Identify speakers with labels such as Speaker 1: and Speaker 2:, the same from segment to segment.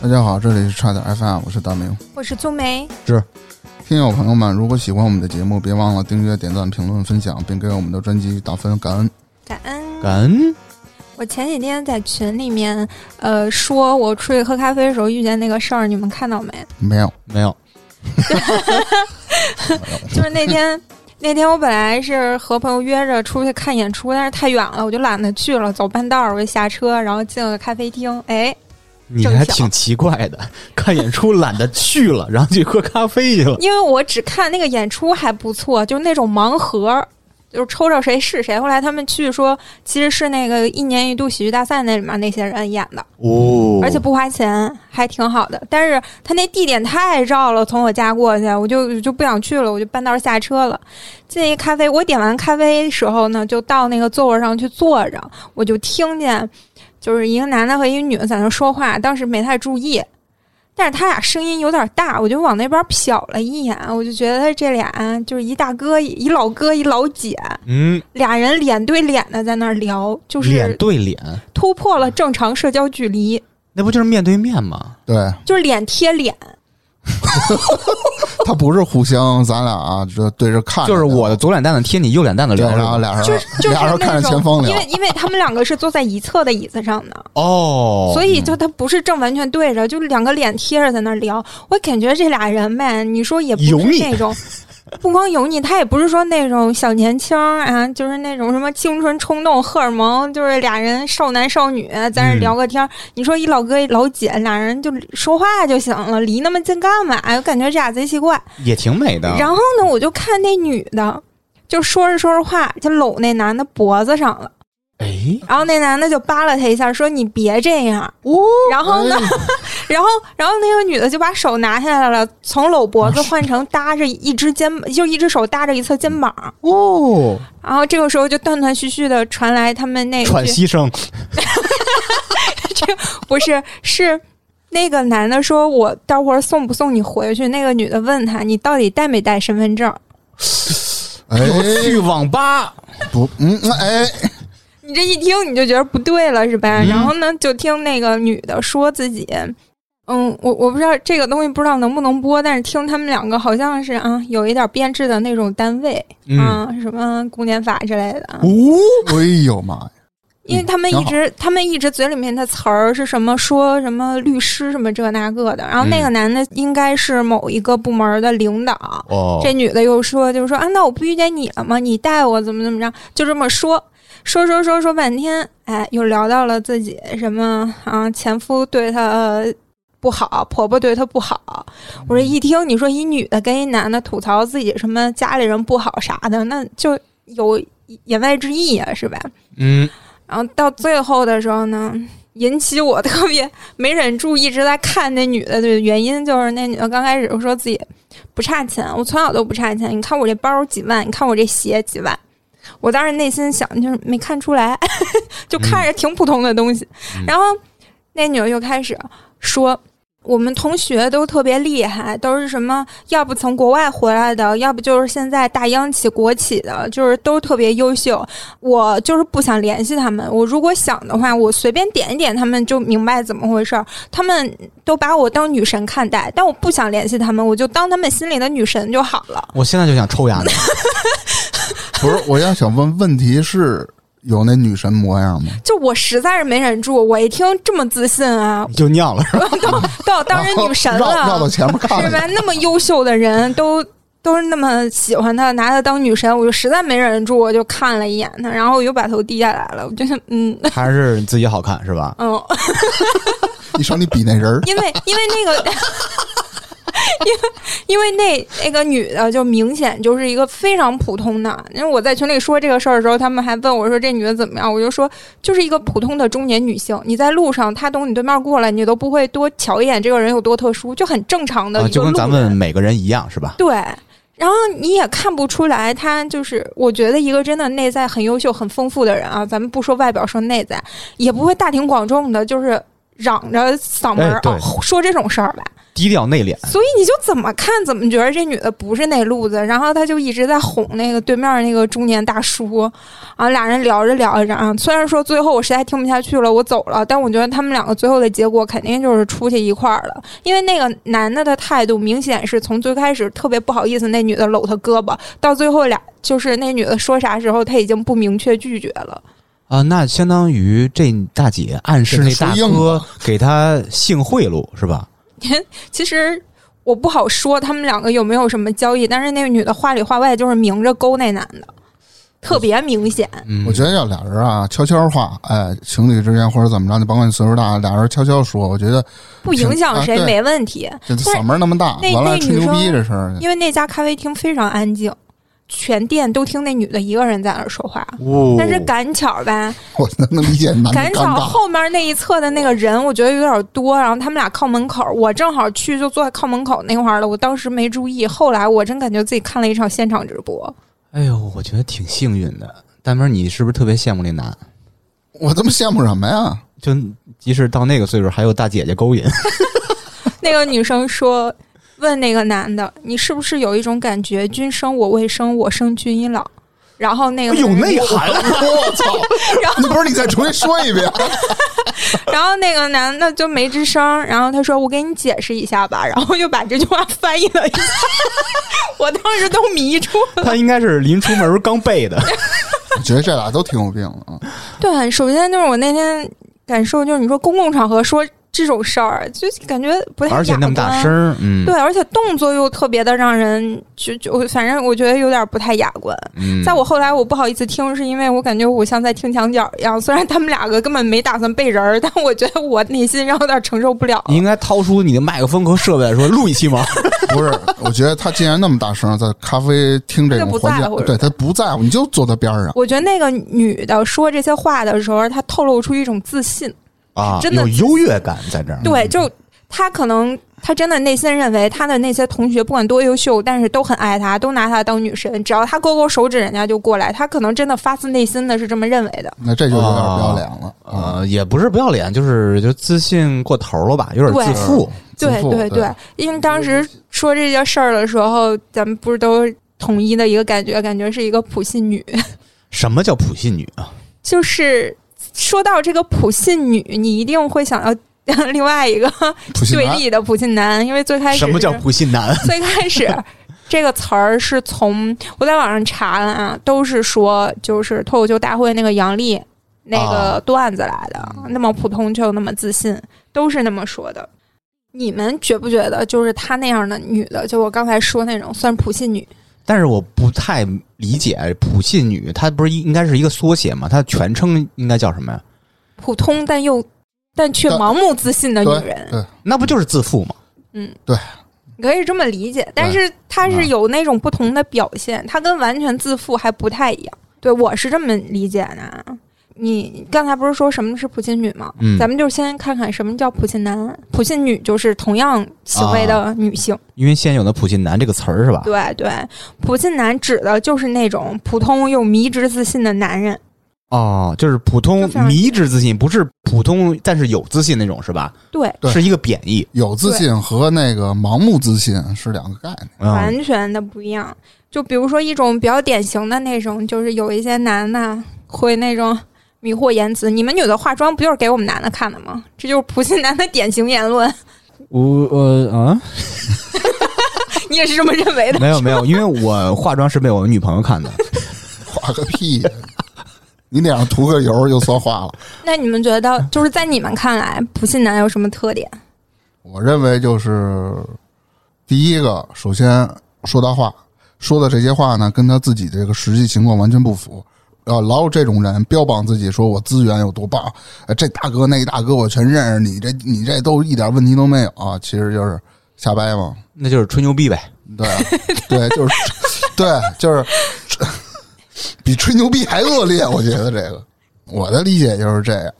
Speaker 1: 大家好，这里是差点 FM，我是大明。
Speaker 2: 我是宗梅，
Speaker 1: 听友朋友们，如果喜欢我们的节目，别忘了订阅、点赞、评论、分享，并给我们的专辑打分，感恩。
Speaker 2: 感恩。
Speaker 3: 感恩
Speaker 2: 我前几天在群里面，呃，说我出去喝咖啡的时候遇见那个事儿，你们看到没？
Speaker 1: 没有，
Speaker 3: 没有，
Speaker 2: 就是那天，那天我本来是和朋友约着出去看演出，但是太远了，我就懒得去了。走半道儿我就下车，然后进了个咖啡厅，哎，
Speaker 3: 你
Speaker 2: 正
Speaker 3: 还
Speaker 2: 巧
Speaker 3: 挺奇怪的。看演出懒得去了，然后去喝咖啡去了。
Speaker 2: 因为我只看那个演出还不错，就是那种盲盒。就是抽着谁是谁，后来他们去说，其实是那个一年一度喜剧大赛那里面那些人演的，
Speaker 3: 哦
Speaker 2: 而且不花钱，还挺好的。但是他那地点太绕了，从我家过去，我就就不想去了，我就半道儿下车了。进一咖啡，我点完咖啡时候呢，就到那个座位上去坐着，我就听见就是一个男的和一个女的在那说话，当时没太注意。但是他俩声音有点大，我就往那边瞟了一眼，我就觉得他这俩就是一大哥一老哥一老姐，
Speaker 3: 嗯，
Speaker 2: 俩人脸对脸的在那儿聊，就
Speaker 3: 脸
Speaker 2: 是
Speaker 3: 对脸，
Speaker 2: 突破了正常社交距离。
Speaker 3: 那不就是面对面吗？
Speaker 1: 对，
Speaker 2: 就是脸贴脸，
Speaker 1: 他不是互相，咱俩啊这对着看着
Speaker 3: 就
Speaker 1: 聊，
Speaker 3: 是我的左脸蛋子贴你右脸蛋子
Speaker 1: 对，
Speaker 3: 聊是
Speaker 1: 然后
Speaker 3: 吧
Speaker 1: 俩人
Speaker 2: 就是就是
Speaker 1: 呃俩人看
Speaker 2: 那
Speaker 1: 着前
Speaker 2: 种，
Speaker 1: 方聊
Speaker 2: 因为，因为他们两个是坐在一侧的椅子上的，
Speaker 3: 哦，
Speaker 2: 所
Speaker 1: 嗯
Speaker 2: 以就他不是正完全对着，就是两个脸贴着在那儿聊。我感觉这俩人呗，你说也不是
Speaker 3: 油腻
Speaker 2: 那种，不光油腻，他也不是说那种小年轻啊，就是那种什么青春冲动、荷尔蒙，就是俩人少男少女在那儿
Speaker 1: 嗯
Speaker 2: 聊个天儿。你说一老哥一老姐，俩人就说话就行了，离那么近干嘛呀？我感觉这俩贼奇怪。
Speaker 1: 啊
Speaker 3: 也挺美的。
Speaker 2: 然后呢，我就看那女的，就说着说着话，就搂那男的脖子上了。
Speaker 3: 哎，
Speaker 2: 然后那男的就扒拉他一下，说：“你别这样。
Speaker 1: 哦，
Speaker 2: 然后呢，
Speaker 1: 哎
Speaker 2: 然后，然后那个女的就把手拿下来了，从搂脖子换成搭着一只肩，就一只手搭着一侧肩膀。
Speaker 3: 哦，
Speaker 2: 然后这个时候就断断续续的传来他们那
Speaker 3: 喘
Speaker 2: 句
Speaker 3: 息声，
Speaker 2: 不是是。那个男的说：“我待会儿送不送你回去？”那个女的问他：“你到底带没带身份证？
Speaker 3: 我
Speaker 1: 哎，
Speaker 3: 去 网吧，
Speaker 1: 不，嗯，哎，
Speaker 2: 你这一听你就觉得不对了是吧？
Speaker 3: 嗯
Speaker 2: 然后呢，就听那个女的说自己，嗯，我我不知道这个东西不知道能不能播，但是听他们两个好像是啊，有一点编制的那种单位、
Speaker 3: 嗯，
Speaker 2: 啊，什么公检法之类的啊，
Speaker 3: 哦，
Speaker 1: 哎呦妈呀，
Speaker 2: 因为他们一
Speaker 1: 挺好
Speaker 2: 直他们一直嘴里面的词儿是什么说什么律师什么这那个的，然后那个男的应该是某一个部门的领导，
Speaker 3: 哦
Speaker 2: 这女的又说，就是说啊，那我不遇见你了吗？你带我怎么怎么着？就这么说，说说说说半天，哎，又聊到了自己什么啊，前夫对她、呃不好，婆婆对她不好。我这一听你说一女的跟一男的吐槽自己什么家里人不好啥的，那就有言外之意呀、是吧？
Speaker 3: 嗯，
Speaker 2: 然后到最后的时候呢，引起我特别没忍住，一直在看那女的的原因就是那女的呃刚开始说自己不差钱，我从小都不差钱。你看我这包几万，你看我这鞋几万。我当时内心想，就是没看出来， 就看着挺普通的东西。
Speaker 3: 嗯
Speaker 2: 然后那女的又开始说。我们同学都特别厉害，都是什么，要不从国外回来的，要不就是现在大央企、国企的，就是都特别优秀。我就是不想联系他们。我如果想的话，我随便点一点，他们就明白怎么回事儿。他们都把我当女神看待，但我不想联系他们，我就当他们心里的女神就好了。
Speaker 3: 我现在就想抽牙呢。
Speaker 1: 不是，我要想问，问题是有那女神模样吗？
Speaker 2: 就我实在是没忍住，我一听这么自信啊，
Speaker 3: 就尿 了，是吧？
Speaker 2: 都要当人女神
Speaker 1: 然后绕绕到
Speaker 2: 了，
Speaker 1: 前面看
Speaker 2: 是
Speaker 1: 了，
Speaker 2: 吧？那么优秀的人都。都是那么喜欢她，拿她当女神，我就实在没忍住，我就看了一眼她，然后我又把头低下来了。我就想，嗯
Speaker 3: 还是你自己好看是吧？
Speaker 2: 嗯，
Speaker 1: 你说你比那人儿，
Speaker 2: 因为因为那 个，因为因为那那个女的就明显就是一个非常普通的。因为我在群里说这个事儿的时候，他们还问我说这女的怎么样，我就说就是一个普通的中年女性。你在路上，她从你对面过来，你都不会多瞧一眼这个人有多特殊，就很正常的一
Speaker 3: 啊，
Speaker 2: 个
Speaker 3: 就
Speaker 2: 路人。
Speaker 3: 跟咱们每个人一样是吧？
Speaker 2: 对。然后你也看不出来，她就是我觉得一个真的内在很优秀、很丰富的人啊，咱们不说外表，说内在，也不会大庭广众的，就是嚷着嗓门儿、
Speaker 3: 哎对
Speaker 2: 哦说这种事儿吧，
Speaker 3: 低调内敛，
Speaker 2: 所以你就怎么看怎么觉得这女的不是那路子，然后她就一直在哄那个对面那个中年大叔，啊，俩人聊着聊着啊，虽然说最后我实在听不下去了，我走了，但我觉得他们两个最后的结果肯定就是出去一块儿了，因为那个男的的态度明显是从最开始特别不好意思，那女的搂他胳膊，到最后俩就是那女的说啥时候他已经不明确拒绝了，
Speaker 3: 啊，那相当于这大姐暗示那大
Speaker 1: 给她说硬
Speaker 3: 哥给她性贿赂是吧？
Speaker 2: 其实。我不好说他们两个有没有什么交易，但是那个女的话里话外就是明着勾那男的，特别明显。
Speaker 3: 嗯，
Speaker 1: 我觉得要俩人啊悄悄话，哎，情侣之间或者怎么着，你甭管你岁数大，俩人悄悄说，我觉得
Speaker 2: 不影响谁
Speaker 1: 啊对
Speaker 2: 没问题，
Speaker 1: 这
Speaker 2: 但是
Speaker 1: 嗓门那么大，
Speaker 2: 那
Speaker 1: 完了还吹牛逼
Speaker 2: 那女生
Speaker 1: 这事儿，
Speaker 2: 因为那家咖啡厅非常安静，全店都听那女的一个人在那儿说话。
Speaker 3: 哦
Speaker 2: 但是赶巧吧，
Speaker 1: 我能能理解男的
Speaker 2: 赶
Speaker 1: 尴
Speaker 2: 巧
Speaker 1: 尬。
Speaker 2: 后面那一侧的那个人，我觉得有点多，然后他们俩靠门口，我正好去就坐在靠门口那块儿了，我当时没注意，后来我真感觉自己看了一场现场直播。
Speaker 3: 哎呦，我觉得挺幸运的。大明，你是不是特别羡慕那男？
Speaker 1: 我他妈羡慕什么呀？
Speaker 3: 就即使到那个岁数，还有大姐姐勾引，
Speaker 2: 那个女生说。问那个男的，你是不是有一种感觉，君生我未生，我生君已老？然后
Speaker 3: 哎
Speaker 2: 那个男人说
Speaker 3: 涵。
Speaker 1: 我操！
Speaker 2: 然
Speaker 1: 那不是你再重新说 一遍？
Speaker 2: 然后那个男的就没吱声，然后他说：“我给你解释一下吧。”然后就把这句话翻译了一下， 我当时都迷住了。
Speaker 3: 他应该是临出门刚背的。
Speaker 1: 我觉得这俩都挺有病的啊！
Speaker 2: 对，首先就是我那天感受就是，你说公共场合说这种事儿，就感觉不太
Speaker 3: 而且那
Speaker 2: 雅
Speaker 3: 么大
Speaker 2: 观
Speaker 3: 声儿，嗯，
Speaker 2: 对，而且动作又特别的让人就就反正我觉得有点不太雅观。
Speaker 3: 嗯，
Speaker 2: 在我后来我不好意思听，是因为我感觉我像在听墙角一样，虽然他们两个根本没打算背人儿，但我觉得我内心上有点承受不了。
Speaker 3: 你应该掏出你的麦克风和设备来说录一期吗？
Speaker 1: 不是，我觉得他既然那么大声，在咖啡厅这种环
Speaker 2: 他就不在乎
Speaker 1: 境，对他不在乎，你就坐他边上。
Speaker 2: 我觉得那个女的说这些话的时候，她透露出一种自信，
Speaker 1: 嗯
Speaker 3: 啊，
Speaker 2: 真的
Speaker 3: 有优越感在这儿。
Speaker 2: 对，就她可能她真的内心认为她的那些同学不管多优秀，但是都很爱她，都拿她当女神，只要她勾勾手指，人家就过来。她可能真的发自内心的是这么认为的。
Speaker 1: 那这就有点不要脸
Speaker 2: 哦
Speaker 1: 了啊！
Speaker 3: 呃，也不是不要脸，就是就自信过头了吧，有点自负。
Speaker 1: 自
Speaker 2: 对
Speaker 1: 负
Speaker 2: 对
Speaker 1: 对
Speaker 2: 对，因为当时说这些事儿的时候，咱们不是都统一的一个感觉，感觉是一个普信女，
Speaker 3: 什么叫普信女啊？
Speaker 2: 就是说到这个普信女，你一定会想到 另外一个
Speaker 1: 普信
Speaker 2: 对
Speaker 1: 男
Speaker 2: 立的普信男，因为最开始
Speaker 3: 什么叫
Speaker 2: 是
Speaker 3: 普信男？
Speaker 2: 最开始 这个词儿是从我在网上查了啊，都是说就是脱口秀大会那个杨笠那个段子来的，
Speaker 3: 啊
Speaker 2: 那么普通却又那么自信，都是那么说的。你们觉不觉得就是她那样的女的，就我刚才说那种算普信女？
Speaker 3: 但是我不太理解普信女，她不是应该是一个缩写吗？她全称应该叫什么呀？
Speaker 2: 普通但又但却
Speaker 1: 但
Speaker 2: 盲目自信的
Speaker 1: 对
Speaker 2: 女人，
Speaker 1: 对，
Speaker 3: 那不就是自负吗？
Speaker 2: 你可以这么理解。但是她是有那种不同的表现，她跟完全自负还不太一样。对我是这么理解的啊。你刚才不是说什么是普信女吗？
Speaker 3: 嗯
Speaker 2: 咱们就先看看什么叫普信男，普信女就是同样行为的女性。
Speaker 3: 因为现有的普信男这个词儿是吧？
Speaker 2: 对对，普信男指的就是那种普通又迷之自信的男人。
Speaker 3: 哦，就是普
Speaker 2: 就
Speaker 3: 通
Speaker 2: 非常
Speaker 3: 迷之自信，不是普通但是有自信那种是吧？
Speaker 2: 对，
Speaker 1: 对
Speaker 3: 是一个贬义。
Speaker 1: 有自信和那个盲目自信是两个概念。
Speaker 3: 嗯，
Speaker 2: 完全的不一样。就比如说一种比较典型的那种，就是有一些男的会那种迷惑言辞，你们女的化妆不就是给我们男的看的吗？这就是普信男的典型言论，
Speaker 3: 我呃啊，
Speaker 2: 你也是这么认为的？
Speaker 3: 没有没有，因为我化妆是被我女朋友看的。
Speaker 1: 画个 屁！你脸上涂个油就算画了。
Speaker 2: 那你们觉得，就是在你们看来，普信男有什么特点？
Speaker 1: 我认为就是第一个，首先说他话，说的这些话呢，跟他自己这个实际情况完全不符。啊，老有这种人标榜自己说我资源有多棒，呃这大哥那大哥我全认识，你这你这都一点问题都没有啊，其实就是瞎掰嘛。
Speaker 3: 那就是吹牛逼呗。
Speaker 1: 对啊，对，就是对，就是比吹牛逼还恶劣。我觉得这个，我的理解就是这样，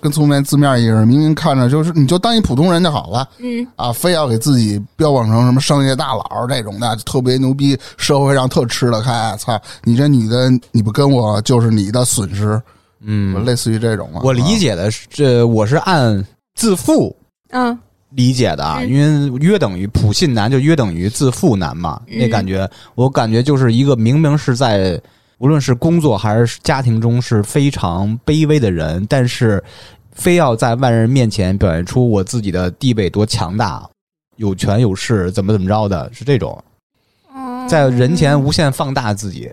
Speaker 1: 跟从面字面意思，明明看着就是你就当一普通人就好了
Speaker 2: 嗯，
Speaker 1: 啊，非要给自己标榜成什么商业大佬儿这种的，就特别牛逼，社会上特吃得开。操，你这女的你不跟我就是你的损失，
Speaker 3: 嗯
Speaker 1: 类似于这种嘛。啊
Speaker 3: 我理
Speaker 1: 解
Speaker 3: 解的是，这我是按自负
Speaker 2: 嗯，
Speaker 3: 理解的啊，
Speaker 2: 嗯
Speaker 3: 因为约等于普信男就约等于自负男嘛，
Speaker 2: 嗯
Speaker 3: 那感觉我感觉就是一个明明是在无论是工作还是家庭中是非常卑微的人，但是非要在外人面前表现出我自己的地位多强大，有权有势，怎么怎么着的，是这种
Speaker 2: 嗯
Speaker 3: 在人前无限放大自己。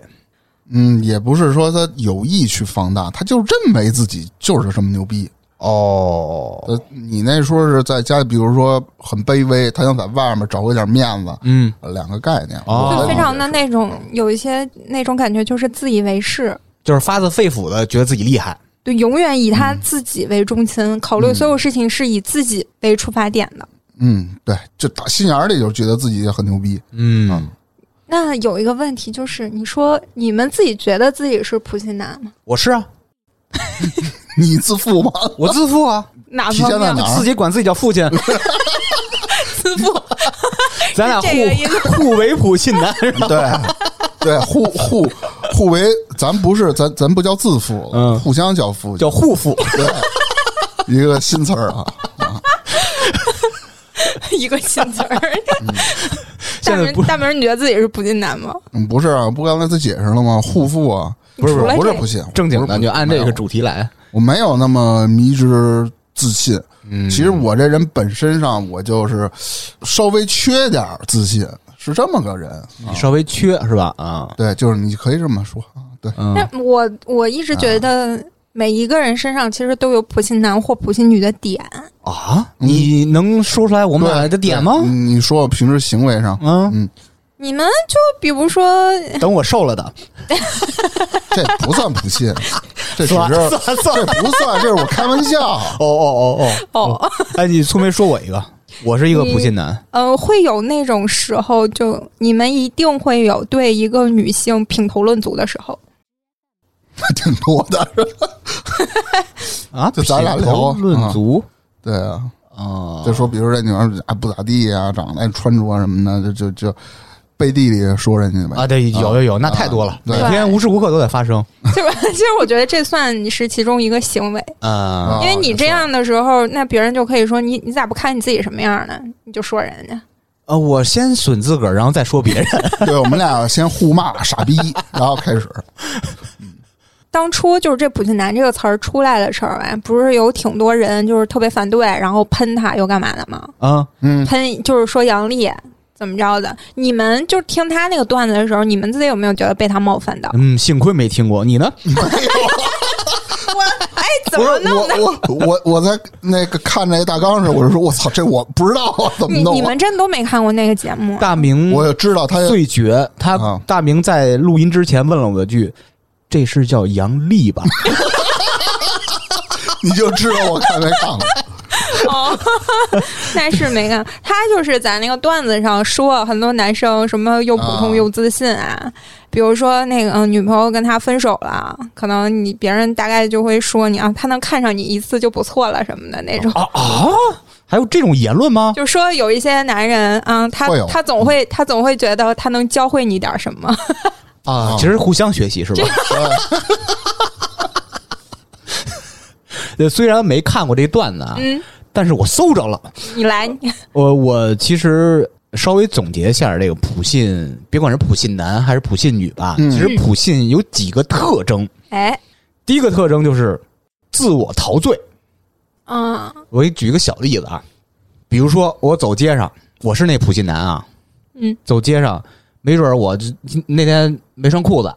Speaker 1: 嗯，也不是说他有意去放大，他就认为自己就是这么牛逼。
Speaker 3: 哦，
Speaker 1: 呃，你那说是在家里，比如说很卑微，他想在外面找一点面子，
Speaker 3: 嗯，
Speaker 1: 呃两个概念。我
Speaker 3: 哦
Speaker 2: 就
Speaker 1: 觉得
Speaker 2: 非常的那种，有一些那种感觉，就是自以为是，
Speaker 3: 就是发自肺腑的觉得自己厉害。
Speaker 2: 就永远以
Speaker 3: 嗯
Speaker 2: 他自己为中心，考虑所有事情是以自己为出发点的。
Speaker 1: 嗯，对，就打心眼儿里就觉得自己很牛逼。
Speaker 3: 嗯，
Speaker 2: 那有一个问题就是，你说你们自己觉得自己是普信男吗？
Speaker 3: 我是啊，
Speaker 1: 你自负吗？
Speaker 3: 我自负啊，
Speaker 2: 哪
Speaker 1: 体现在
Speaker 2: 方面
Speaker 1: 哪儿
Speaker 3: 自己管自己叫父亲。
Speaker 2: 自负？
Speaker 3: 咱俩
Speaker 2: 这个意
Speaker 3: 互互为普信男，
Speaker 1: 对，对，互互互为，咱不是咱咱不叫自负，
Speaker 3: 嗯
Speaker 1: 互相叫父
Speaker 3: 叫互父。
Speaker 1: 对， 一个新词儿啊。
Speaker 2: 一个新词儿。大
Speaker 3: 现在
Speaker 2: 明
Speaker 3: 不，
Speaker 2: 大明，你觉得自己是普信男吗？
Speaker 1: 嗯，不是啊，不刚才他解释了吗？互负啊，
Speaker 3: 不是
Speaker 2: 除
Speaker 3: 不啊
Speaker 2: 了
Speaker 1: 不是
Speaker 2: 这
Speaker 1: 不信，
Speaker 3: 正经
Speaker 1: 不
Speaker 3: 的，
Speaker 1: 是
Speaker 3: 你就按这
Speaker 1: 没
Speaker 3: 个
Speaker 1: 有
Speaker 3: 主题来。
Speaker 1: 我没有那么迷之自信。
Speaker 3: 嗯
Speaker 1: 其实我这人本身上，我就是稍微缺点儿自信，是这么个人。啊
Speaker 3: 你稍微缺是吧？啊，
Speaker 1: 对，就是你可以这么说啊。对，
Speaker 3: 嗯，
Speaker 2: 但我我一直觉得每一个人身上其实都有普信男或普信女的点。
Speaker 3: 啊，你能说出来我们俩的点吗？
Speaker 1: 对你你说我平时行为 上，
Speaker 3: 嗯，
Speaker 2: 你们就比如说，
Speaker 3: 等我瘦了的，
Speaker 1: 这不算不信，这只
Speaker 3: 算
Speaker 1: 是
Speaker 3: 算算。
Speaker 1: 这不算，这是我开玩笑。
Speaker 3: 哦哦哦哦！
Speaker 2: 哦，
Speaker 3: 哎，你粗眉说我一个，我是一个普信男。
Speaker 2: 呃，会有那种时候，就你们一定会有对一个女性品头论足的时候。
Speaker 1: 挺多的。
Speaker 3: 啊，
Speaker 1: 就咱俩
Speaker 3: 品头
Speaker 1: 聊
Speaker 3: 论足
Speaker 1: 对啊，
Speaker 3: 啊，
Speaker 1: 就说比如这女孩啊不咋地呀、长得哎穿着什么的，就就就背地里说人家呗。
Speaker 3: 啊，对，有有有，那太多了，每
Speaker 1: 对
Speaker 3: 天无时无刻都在发生。
Speaker 2: 就是，其实我觉得这算是其中一个行为，
Speaker 1: 哦
Speaker 3: 啊
Speaker 2: 因为你这样的时候，那别人就可以说你你咋不看你自己什么样呢？你就说人家。
Speaker 3: 呃，我先损自个儿，然后再说别人。
Speaker 1: 对，我们俩先互骂傻逼，然后开始。
Speaker 2: 当初就是这“普信男”这个词儿出来的时候啊，不是有挺多人就是特别反对，然后喷他又干嘛的吗？
Speaker 3: 啊，
Speaker 1: 嗯，
Speaker 2: 喷就是说杨笠怎么着的？你们就听他那个段子的时候，你们自己有没有觉得被他冒犯到？
Speaker 3: 嗯，幸亏没听过，你呢？
Speaker 1: 嗯
Speaker 2: 哎怎么
Speaker 1: 不
Speaker 2: 弄的？
Speaker 1: 是我我我我在那个看那大纲时，我就说我操，这我不知道啊，怎么
Speaker 2: 你
Speaker 1: 弄
Speaker 2: 你
Speaker 1: 啊？
Speaker 2: 们真都没看过那个节目？啊
Speaker 3: 大明
Speaker 1: 我也知道他
Speaker 3: 最绝，他
Speaker 1: 啊
Speaker 3: 大明在录音之前问了我一句：“这是叫杨丽吧
Speaker 1: 你就知道我看没看过。
Speaker 2: 哦， 那是没看。他就是在那个段子上说，很多男生什么又普通
Speaker 1: 啊
Speaker 2: 又自信啊，比如说那个、嗯、女朋友跟他分手了，可能你别人大概就会说你啊，他能看上你一次就不错了什么的那种。？”
Speaker 1: 哦
Speaker 3: 啊啊！还有这种言论吗？
Speaker 2: 就说有一些男人啊，他
Speaker 1: 会有嗯
Speaker 2: 他总会他总会觉得他能教会你点儿什么，
Speaker 3: 啊，其实互相学习是吧？呃虽然没看过这段子，啊，
Speaker 2: 嗯，
Speaker 3: 但是我搜着了。
Speaker 2: 你来，你
Speaker 3: 我我其实稍微总结一下这个普信，别管是普信男还是普信女吧，
Speaker 1: 嗯
Speaker 3: 其实普信有几个特征。
Speaker 2: 哎，
Speaker 3: 第一个特征就是自我陶醉。
Speaker 2: 嗯
Speaker 3: 我给你举一个小例子啊，比如说我走街上，我是那普信男啊，
Speaker 2: 嗯，
Speaker 3: 走街上，没准儿我就那天没穿裤子，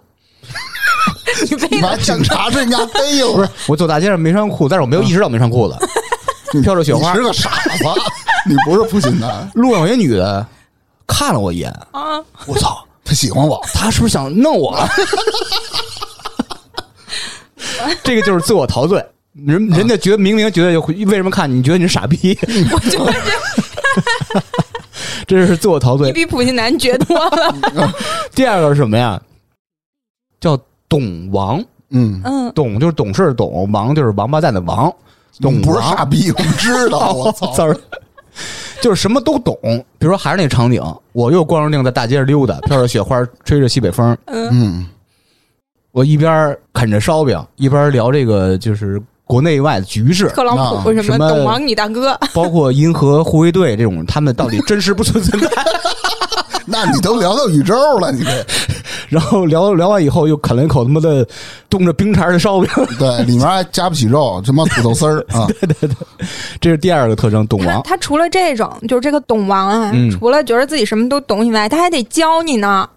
Speaker 2: 你为
Speaker 1: 你把
Speaker 2: 了
Speaker 1: 警察这家逮一会儿，
Speaker 3: 我走大街上没穿裤子，但是我没
Speaker 2: 嗯
Speaker 3: 有意识到没穿裤子。
Speaker 1: 你
Speaker 3: 飘着雪花
Speaker 1: 你是个傻子，你不是不信男，
Speaker 3: 路上有一女的看了我一眼，
Speaker 2: 啊，
Speaker 3: 我操，
Speaker 1: 他喜欢我。
Speaker 3: 她是不是想弄我？ 这个就是自我陶醉，人人家觉得明明觉得有为什么看你觉得你是傻逼，
Speaker 2: 我觉得
Speaker 3: 这是自我陶
Speaker 2: 你
Speaker 3: 醉。
Speaker 2: 比普信男绝 多了，
Speaker 3: 第二个是什么呀？叫懂王，
Speaker 1: 嗯，
Speaker 2: 嗯，
Speaker 3: 懂就是懂事的懂，王就是王八蛋的王，懂
Speaker 1: 不是
Speaker 3: 王，
Speaker 1: 傻逼，我们知
Speaker 2: 哦
Speaker 1: 道。我操
Speaker 3: 字儿，就是什么都懂。比如说还是那个场景，我又光着腚在大街上溜达，飘着雪花，吹着西北风，
Speaker 1: 嗯，
Speaker 3: 我一边啃着烧饼，一边聊这个就是国内外的局 势，
Speaker 2: 特朗普
Speaker 1: 那
Speaker 2: 什么
Speaker 3: 什么
Speaker 2: 董王你大哥，
Speaker 3: 包括银河护卫队这种，他们到底真实不存在？
Speaker 1: 那你都聊到宇宙了，你 这
Speaker 3: 然后聊聊完以后，又啃了一口他妈的冻着冰碴儿的烧饼，
Speaker 1: 对里面还加不起肉，他妈土豆丝儿 啊！
Speaker 3: 这是第二个特征，懂
Speaker 2: 他
Speaker 3: 王。
Speaker 2: 他除了这种，就是这个懂王啊，
Speaker 3: 嗯
Speaker 2: 除了觉得自己什么都懂以外，他还得教你呢。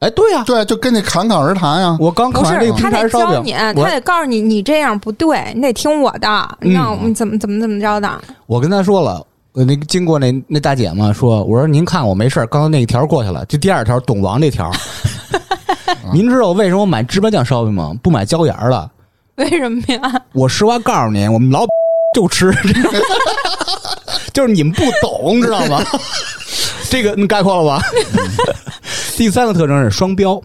Speaker 3: 哎，对呀、
Speaker 1: 对，就跟你侃侃而谈啊呀。
Speaker 3: 我刚啃
Speaker 2: 不
Speaker 3: 完这
Speaker 2: 是
Speaker 3: 个，冰
Speaker 2: 他
Speaker 3: 碴
Speaker 2: 得
Speaker 3: 儿
Speaker 2: 教
Speaker 3: 烧
Speaker 2: 你，
Speaker 3: 饼，
Speaker 2: 他
Speaker 3: 我
Speaker 2: 得告诉你，你这样不对，你得听我的，你让
Speaker 3: 嗯
Speaker 2: 我们怎么怎么怎么着的。
Speaker 3: 我跟他说了。呃那个经过那那大姐嘛，说我说您看我没事儿，刚刚那一条过去了，就第二条懂王这 条。您知道为什么我买芝麻酱烧饼吗？不买椒盐儿了。
Speaker 2: 为什么呀？
Speaker 3: 我实话告诉您，我们老 就吃这个，就是你们不懂，知 道吗？这个你概括了吧？嗯 第三个特征是双标，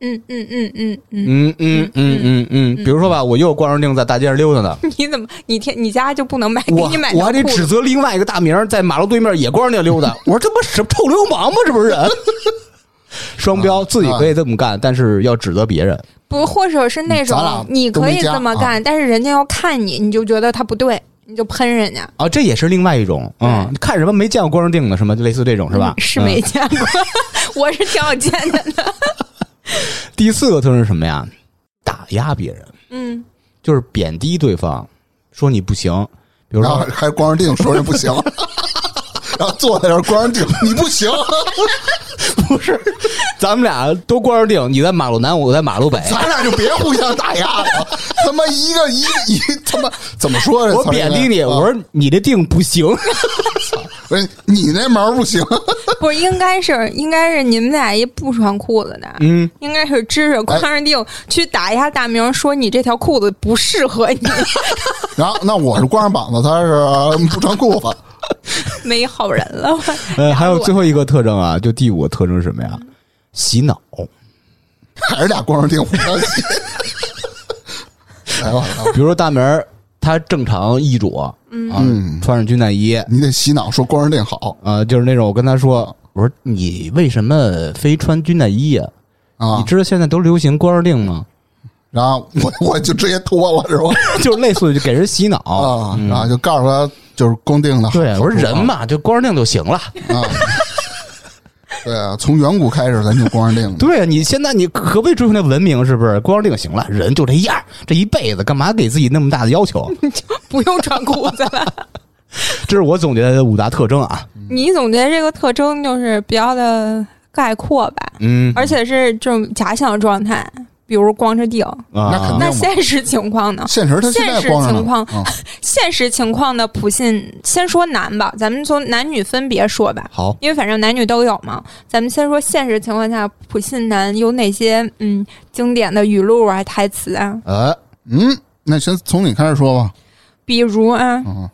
Speaker 2: 嗯嗯嗯嗯嗯，
Speaker 3: 嗯嗯嗯嗯嗯，比如说吧，我又光荣腚在大街上溜达呢，
Speaker 2: 你怎么你天你家就不能买给
Speaker 3: 我
Speaker 2: 你买
Speaker 3: 我还
Speaker 2: 条
Speaker 3: 得
Speaker 2: 裤
Speaker 3: 指
Speaker 2: 子？
Speaker 3: 责另外一个大名儿在马路对面也光着腚溜达，我说这不什么臭流氓吗？这不是人。 双
Speaker 1: 啊
Speaker 3: 标自己可以这么干，但是要指责别人。
Speaker 2: 不，或者是
Speaker 3: 嗯
Speaker 2: 那种
Speaker 1: 咱俩
Speaker 2: 你
Speaker 1: 都
Speaker 2: 可
Speaker 1: 没
Speaker 2: 以
Speaker 1: 加
Speaker 2: 这
Speaker 3: 啊
Speaker 2: 么干，但是人家要看你，你就觉得他不对，你就喷人家，
Speaker 3: 啊，这也是另外一种，嗯，你看什么没见过光着腚的，什么就类似这种是吧？
Speaker 2: 是
Speaker 3: 嗯
Speaker 2: 没见过， 我是挺有见的。
Speaker 3: 嗯第四个特征是什么呀？打压别人，
Speaker 2: 嗯，
Speaker 3: 就是贬低对方，说你不行。比如
Speaker 1: 然后
Speaker 3: 说，
Speaker 1: 还光着腚说人不行，然后坐在那儿光着腚，你不 行，
Speaker 3: 不是， 咱们俩都光着腚，你在马路南，我在马路北，
Speaker 1: 咱俩就别互相打压了。他妈一个一一他妈怎么说这词儿
Speaker 3: 我
Speaker 1: 应该？
Speaker 3: 贬低你，
Speaker 1: 啊
Speaker 3: 我说你这腚不行，
Speaker 1: 不是你那毛不行，
Speaker 2: 不是，应该是应该是你们俩一不穿裤子的，
Speaker 3: 嗯，
Speaker 2: 应该是支着光着腚去打压大明，说你这条裤子不适合你，
Speaker 1: 然后那我是光着膀子，他是嗯不穿裤子，
Speaker 2: 没好人了。
Speaker 3: 呃，还有最后一嗯个特征啊，就第五个特征是什么呀？洗 脑。
Speaker 1: 还是俩光着腚互相 哎洗。来吧，来吧，
Speaker 3: 比如说大明儿，他正常衣着，嗯，穿上军大衣，
Speaker 1: 你得洗脑说光着腚好
Speaker 3: 啊，就是那种我跟他说，我说你为什么非穿军大衣呀？
Speaker 1: 啊
Speaker 3: 你。知道现在都流行光着腚 吗？
Speaker 1: 然后 我我就直接脱了是吧？
Speaker 3: 就是类似于就给人洗脑。
Speaker 1: 啊，
Speaker 3: 嗯
Speaker 1: 然后就告诉他就是光腚的好。
Speaker 3: 对，
Speaker 1: 好
Speaker 3: 我说
Speaker 1: 处啊
Speaker 3: 人嘛，就光着腚就行了。
Speaker 1: 啊，对啊，从远古开始咱就光着腚的，
Speaker 3: 对啊，你现在你可不可以追求那文明？是不是光着腚行了？人就这样，这一辈子干嘛给自己那么大的 要求？
Speaker 2: 不用穿裤子了。
Speaker 3: 这是我总结的五大特征啊。
Speaker 2: 你总结这个特征就是比较的概括吧，
Speaker 3: 嗯
Speaker 2: 而且是这种假想状态，比如光着腚。
Speaker 3: 啊
Speaker 1: 那肯定
Speaker 2: 那
Speaker 1: 嘛
Speaker 2: 现实情况呢？
Speaker 1: 现实他现在光着
Speaker 2: 现实情况
Speaker 1: 呢，嗯
Speaker 2: 现实情况的普信，先说男吧，咱们从男女分别说吧，
Speaker 3: 好，
Speaker 2: 因为反正男女都有嘛。咱们先说现实情况下，普信男有哪些嗯经典的语录啊、台词啊？
Speaker 3: 呃，
Speaker 1: 嗯，那先从你开始说吧，
Speaker 2: 比如啊，
Speaker 1: 嗯，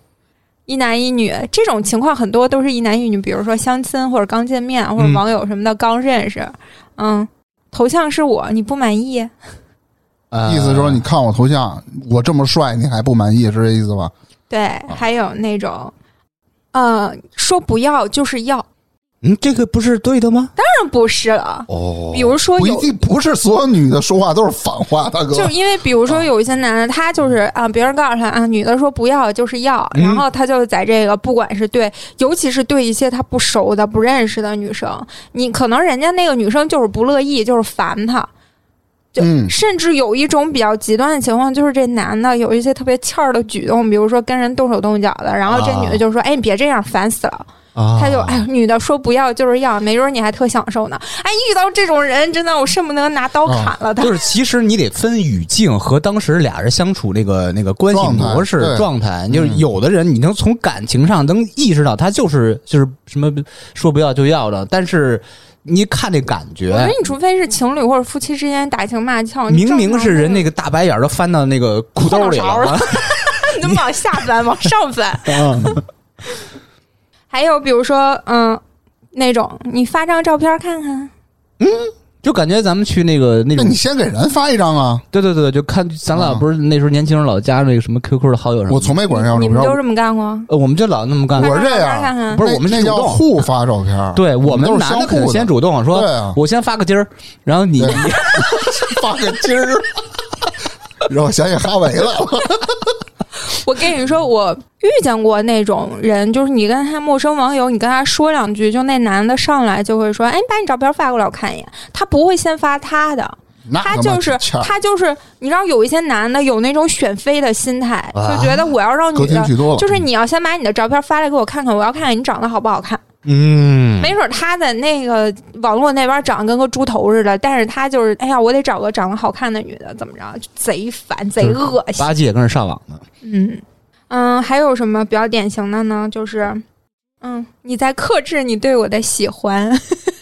Speaker 2: 一男一女这种情况很多都是一男一女，比如说相亲或者刚见面，啊或者
Speaker 3: 嗯
Speaker 2: 网友什么的刚认识，嗯。头像是我，你不满意？
Speaker 3: 呃
Speaker 1: 意思说你看我头像，我这么帅你还不满意是这意思吧？
Speaker 2: 对，还有那种，呃，说不要就是要，
Speaker 3: 嗯，这个不是对的吗？
Speaker 2: 当然不是了。
Speaker 3: 哦
Speaker 2: 比如说
Speaker 1: 不一
Speaker 2: 有，
Speaker 1: 定不是所有女的说话都是反话，大哥，
Speaker 2: 就是因为比如
Speaker 3: 啊
Speaker 2: 说有一些男的，他就是啊，别人告诉他啊，女的说不要就是要，
Speaker 3: 嗯
Speaker 2: 然后他就在这个不管是对，尤其是对一些他不熟的、不认识的女生，你可能人家那个女生就是不乐意，就是烦他。就
Speaker 1: 嗯
Speaker 2: 甚至有一种比较极端的情况，就是这男的有一些特别欠儿的举动，比如说跟人动手动脚的，然后这
Speaker 3: 啊
Speaker 2: 女的就说：“哎，你别这样，烦死了。”
Speaker 3: 啊
Speaker 2: 他就哎，女的说不要就是要，没准你还特享受呢。哎，遇到这种人，真的我恨不得拿刀砍了他。
Speaker 3: 就是其实你得分语境和当时俩人相处那个那个关系
Speaker 1: 状态
Speaker 3: 模式
Speaker 1: 对嗯
Speaker 3: 状态，就是有的人你能从感情上能意识到他就是就是什么说不要就要的，但是你看这感
Speaker 2: 我觉
Speaker 3: 觉
Speaker 2: 得。你除非是情侣或者夫妻之间打情骂俏，你
Speaker 3: 明明是 人那
Speaker 2: 个，
Speaker 3: 个大白眼儿都翻到那个裤兜里
Speaker 2: 后脑勺
Speaker 3: 了，
Speaker 2: 你怎么往下翻，往上 翻？
Speaker 1: 嗯
Speaker 2: 还有比如说，嗯，那种你发张照片看看，
Speaker 3: 就感觉咱们去那个那
Speaker 1: 那
Speaker 3: 种
Speaker 1: 你，先给人发一张啊，
Speaker 3: 对对对，就看咱俩
Speaker 1: 嗯
Speaker 3: 不是那时候年轻人老加那个什么 QQ 的好友什么的，
Speaker 1: 我从没管人要
Speaker 2: 你
Speaker 1: 照
Speaker 2: 们
Speaker 1: 片
Speaker 2: 都，这么干过？
Speaker 3: 呃我们就老那么干，
Speaker 1: 我是这样
Speaker 2: 发张照片看看
Speaker 3: 不是
Speaker 1: 那
Speaker 3: 我们是
Speaker 1: 那
Speaker 3: 主
Speaker 1: 叫
Speaker 3: 动
Speaker 1: 互发照片，
Speaker 3: 对我们
Speaker 1: 啊都是
Speaker 3: 男
Speaker 1: 相
Speaker 3: 的肯定
Speaker 1: 互
Speaker 3: 先主动说
Speaker 1: 对啊，
Speaker 3: 我先发个今儿，然后你
Speaker 1: 对 发个今儿，让我想起哈维了，
Speaker 2: 我跟你说，我遇见过那种人，就是你跟他陌生网友，你跟他说两句，就那男的上来就会说：“哎，你把你照片发过来，我看一眼。”他不会先发他的，
Speaker 1: 那
Speaker 2: 他
Speaker 1: 妈
Speaker 2: 就是
Speaker 1: 欠儿
Speaker 2: 他就是，你知道有一些男的有那种选妃的心态，就觉得我要让
Speaker 1: 啊隔
Speaker 2: 女
Speaker 1: 天
Speaker 2: 的，
Speaker 1: 去多了，
Speaker 2: 就是你要先把你的照片发来给我看看，我要看看你长得好不好看。
Speaker 3: 嗯，
Speaker 2: 没准儿他在那个网络那边长得跟个猪头似的，但是他就是，哎呀，我得找个长得好看的女的，怎么着，就贼烦，贼恶心。
Speaker 3: 八戒跟着上 网呢，
Speaker 2: 嗯嗯，还有什么比较典型的呢？就是，嗯，你在克制你对我的喜欢，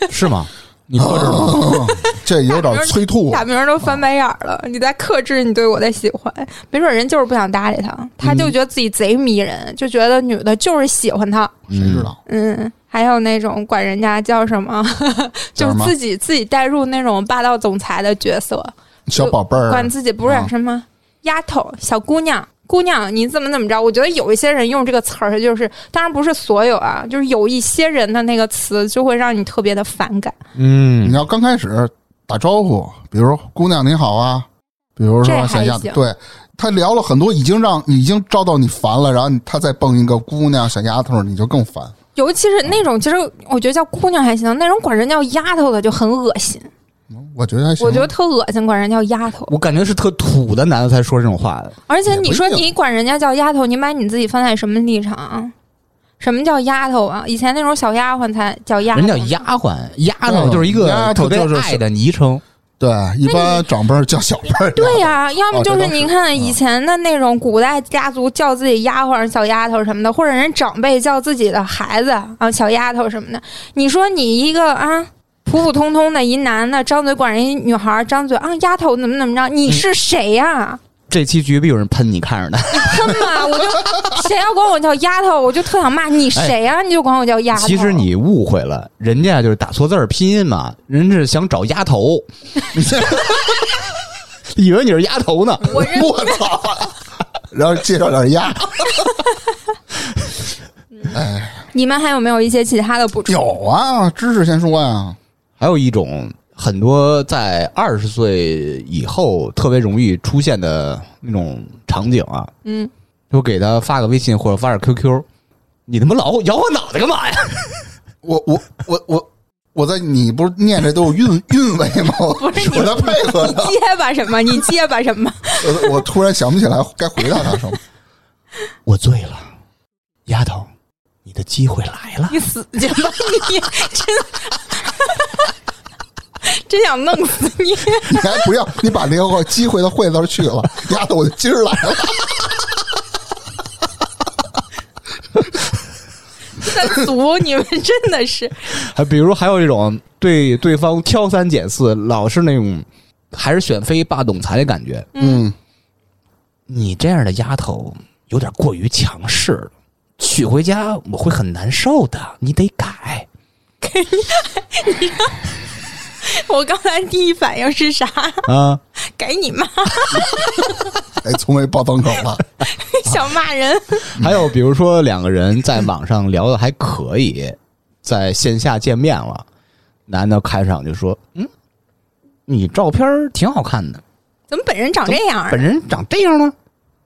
Speaker 3: 是吗？你克制吗？
Speaker 1: 这有点催吐
Speaker 2: 大
Speaker 1: 啊。
Speaker 2: 明儿都翻白眼儿了。你在克制你对我的喜欢，没准儿人就是不想搭理他，他就觉得自己贼迷人，就觉得女的就是喜欢他。
Speaker 1: 谁知道？
Speaker 2: 嗯，还有那种管人家叫什么，
Speaker 1: 叫
Speaker 2: 就
Speaker 1: 什么
Speaker 2: 自己自己带入那种霸道总裁的角色，
Speaker 1: 小宝贝儿
Speaker 2: 管，自己不是
Speaker 1: 啊
Speaker 2: 什么丫
Speaker 1: 嗯
Speaker 2: 头、小姑娘、姑娘，你怎么怎么着？我觉得有一些人用这个词儿，就是当然不是所有啊，就是有一些人的那个词就会让你特别的反感。
Speaker 3: 嗯
Speaker 1: 你要刚开始打招呼，比如说“姑娘你好啊”，比如
Speaker 2: 这
Speaker 1: 说
Speaker 2: 还
Speaker 1: 想丫
Speaker 2: 行
Speaker 1: 对他聊了很多，已经让已经照到你烦了，然后你他再蹦一个姑娘小丫头，你就更烦。
Speaker 2: 尤其是那种，其实我觉得叫姑娘还行，那种管人叫丫头的就很恶心，
Speaker 1: 嗯我觉得还行，
Speaker 2: 我觉得特恶心，管人叫丫头。
Speaker 3: 我感觉是特土的男的才说这种话的。
Speaker 2: 而且你说
Speaker 1: 也不一定
Speaker 2: 你管人家叫丫头，你把你自己放在什么立场啊？什么叫丫头啊？以前那种小丫鬟才叫丫头，
Speaker 3: 人叫丫鬟，丫头
Speaker 1: 嗯
Speaker 3: 就是一个
Speaker 1: 丫
Speaker 3: 特
Speaker 1: 头
Speaker 3: 别
Speaker 1: 就是
Speaker 3: 爱的昵称。
Speaker 1: 对一般长辈儿叫小辈儿，
Speaker 2: 对呀、要么
Speaker 1: 哦
Speaker 2: 就
Speaker 1: 这
Speaker 2: 是
Speaker 1: 倒
Speaker 2: 你
Speaker 1: 是
Speaker 2: 看
Speaker 1: 嗯
Speaker 2: 以前的那种古代家族叫自己丫鬟、小丫头什么的，或者人长辈叫自己的孩子啊小丫头什么的。你说你一个啊普普通通的一男的，张嘴管人一女孩儿张嘴啊丫头怎么怎么着，你是谁呀、
Speaker 3: 这期绝壁有人喷你，看着呢。
Speaker 2: 喷嘛！我就谁要管我叫丫头，我就特想骂你谁呀、你就管我叫 丫头。
Speaker 3: 其实你误会了，人家就是打错字儿拼音嘛，人家是想找丫头， 以为你是丫头呢。
Speaker 2: 我认
Speaker 1: 我操！然后介绍点鸭，
Speaker 2: 你们还有没有一些其他的补充？
Speaker 1: 有啊，知识先说呀，
Speaker 3: 还有一种很多在二十岁以后特别容易出现的那种场景啊，
Speaker 2: 嗯，
Speaker 3: 就给他发个微信或者发点 QQ，你他妈老摇我脑袋干嘛呀？
Speaker 1: 我我我我我在你不是念这都有韵 韵味吗？我
Speaker 2: 不是你
Speaker 1: 我在配合 呢，
Speaker 2: 结巴什么？你结巴什么？
Speaker 1: 我我突然想不起来该回答他什么。
Speaker 3: 我醉了，丫头，你的机会来了。
Speaker 2: 你死去吧！你真 真想弄死你！
Speaker 1: 你还不要，你把那个机会的会字儿去了，丫的我就今儿来了。
Speaker 2: 三俗，你们真的是
Speaker 3: 还 比如还有一种对对方挑三拣四，老是那种还是选妃霸总裁的感觉。
Speaker 1: 嗯，
Speaker 3: 你这样的丫头有点过于强势了，娶回家我会很难受的，你得改。
Speaker 2: 我刚才第一反应是啥？
Speaker 3: 啊，
Speaker 2: 给你妈！
Speaker 1: 哎，从未爆脏口了。
Speaker 2: 想骂人。
Speaker 3: 还有比如说两个人在网上聊的还可以，在线下见面了，男的开场就说：“嗯，你照片儿挺好看的，
Speaker 2: 怎么本人长这样啊
Speaker 3: 本？人长这样呢？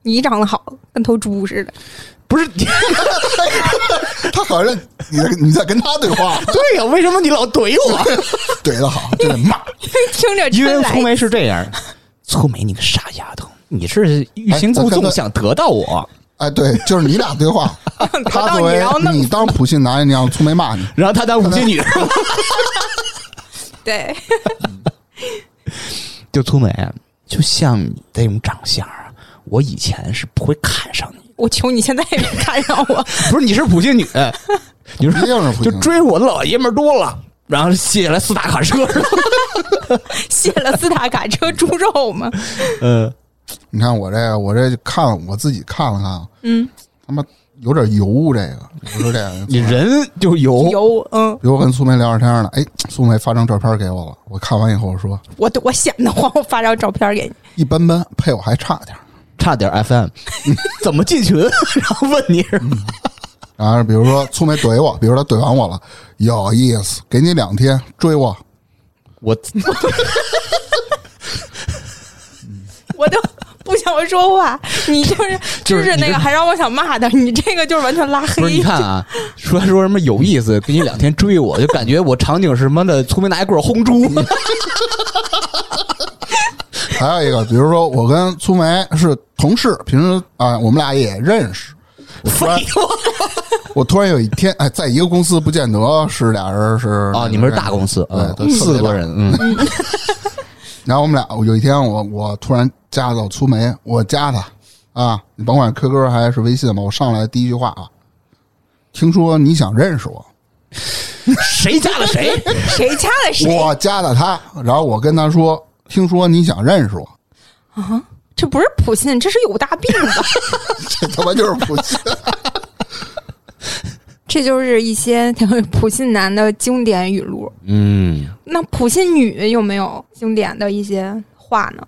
Speaker 2: 你长得好，跟头猪似的。
Speaker 3: 不是 你
Speaker 1: 他好像你在你在跟他对话，
Speaker 3: 对呀、为什么你老怼我？”
Speaker 1: 怼的好，真的骂。
Speaker 2: 听着
Speaker 3: 因
Speaker 2: 真
Speaker 3: 为
Speaker 2: 来
Speaker 3: 粗眉是这样，粗眉你个傻丫头，你是欲擒故
Speaker 1: 哎我看
Speaker 3: 纵，
Speaker 1: 看
Speaker 3: 想得到我，
Speaker 1: 哎，对，就是你俩对话，
Speaker 2: 得
Speaker 1: 他
Speaker 2: 到
Speaker 1: 作
Speaker 2: 你，
Speaker 1: 为
Speaker 2: 然后弄
Speaker 1: 你当普信男那样粗眉骂你，
Speaker 3: 然后他当无妻女，
Speaker 2: 对，
Speaker 3: 就粗眉，就像你这种长相啊，我以前是不会看上你，
Speaker 2: 我求你现在也别看上我。
Speaker 3: 不是你是普信女， 你
Speaker 1: 一定
Speaker 3: 说
Speaker 1: 是普
Speaker 3: 就
Speaker 1: 信女
Speaker 3: 追我的老爷们儿多了，然后卸下来四大卡车，
Speaker 2: 卸了斯塔卡车猪肉吗？
Speaker 3: 呃，
Speaker 1: 你看我这个，我这看我自己看了看，
Speaker 2: 嗯，
Speaker 1: 他妈有点油，这个我说这个，
Speaker 3: 你人就油，
Speaker 2: 有，嗯，
Speaker 1: 比如我跟苏梅聊着天呢，哎，苏梅发张照片给我了，我看完以后我说
Speaker 2: 我我显得慌，我发张照片给你。
Speaker 1: 一般般，配我还差点儿。
Speaker 3: 差点 FM，怎 么进群？啊 然后问你是吧
Speaker 1: 然后比如说苏梅怼我，比如他怼完我了，有意思，给你两天追我，
Speaker 3: 我
Speaker 2: 我都不想说话，你就是
Speaker 3: 就是
Speaker 2: 是
Speaker 3: 你
Speaker 2: 那
Speaker 3: 这
Speaker 2: 个还让我想骂他，你这个就是完全拉
Speaker 3: 不是，
Speaker 2: 黑
Speaker 3: 你。看啊，说说什么有意思，给你两天追我，就感觉我场景是什么的，聪明拿一棍儿轰猪。
Speaker 1: 还有一个，比如说我跟苏梅是同事，平时啊、我们俩也认识。我突然，我突然有一天，哎，在一个公司不见得是俩人是
Speaker 3: 啊，你们是大公司，啊，
Speaker 1: 对，对
Speaker 3: 四个多。
Speaker 1: 特别大
Speaker 3: 人，嗯，
Speaker 1: 然后我们俩有一天我，我突然加到苏梅，我加她啊，你甭管 QQ 还是微信吧，我上来第一句话啊，听说你想认识我，
Speaker 3: 谁加了谁？
Speaker 2: 谁掐了谁？
Speaker 1: 我加的她，然后我跟她说，听说你想认识我，
Speaker 2: 这不是普信，这是有大病吧？
Speaker 1: 这他妈就是不信。
Speaker 2: 这就是一些 普信男的经典语录。
Speaker 3: 嗯，
Speaker 2: 那普信女有没有经典的一些话呢？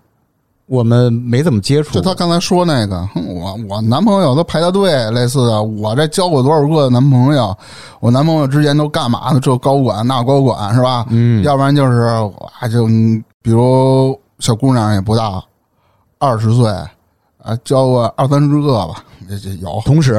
Speaker 3: 我们没怎么接触
Speaker 1: 就，他刚才说那个，哼我我男朋友都排大队，类似的，我这交过多少个男朋友？我男朋友之前都干嘛呢？这高管那高管是吧？
Speaker 3: 嗯，
Speaker 1: 要不然就是啊，就嗯比如小姑娘也不大，二十岁啊，交过二三十个吧，这这有
Speaker 3: 同时，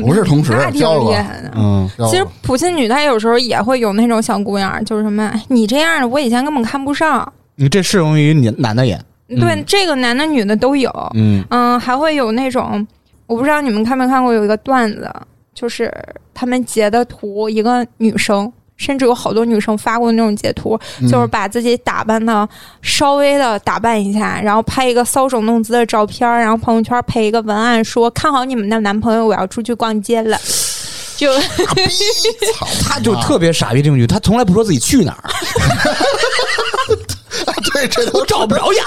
Speaker 1: 不是同时
Speaker 2: 那挺
Speaker 1: 交
Speaker 2: 厉
Speaker 1: 过？
Speaker 2: 害的。
Speaker 3: 嗯，
Speaker 1: 交过
Speaker 2: 其实普信女她有时候也会有那种小姑娘，就是什么，哎你这样的我以前根本看不上。
Speaker 3: 你这适用于你男的也，
Speaker 2: 对，
Speaker 3: 嗯
Speaker 2: 这个男的女的都有。
Speaker 3: 嗯，
Speaker 2: 嗯，还会有那种，我不知道你们看没看过有一个段子，就是他们截的图，一个女生，甚至有好多女生发过那种截图，
Speaker 1: 嗯
Speaker 2: 就是把自己打扮的稍微的打扮一下，然后拍一个搔首弄姿的照片儿，然后朋友圈配一个文案说看好你们的男朋友，我要出去逛 街了。就
Speaker 1: 傻逼，操
Speaker 3: 他就
Speaker 1: 啊
Speaker 3: 特别傻逼这种剧，他从来不说自己去哪儿，
Speaker 1: 对，这都
Speaker 3: 我找不着呀。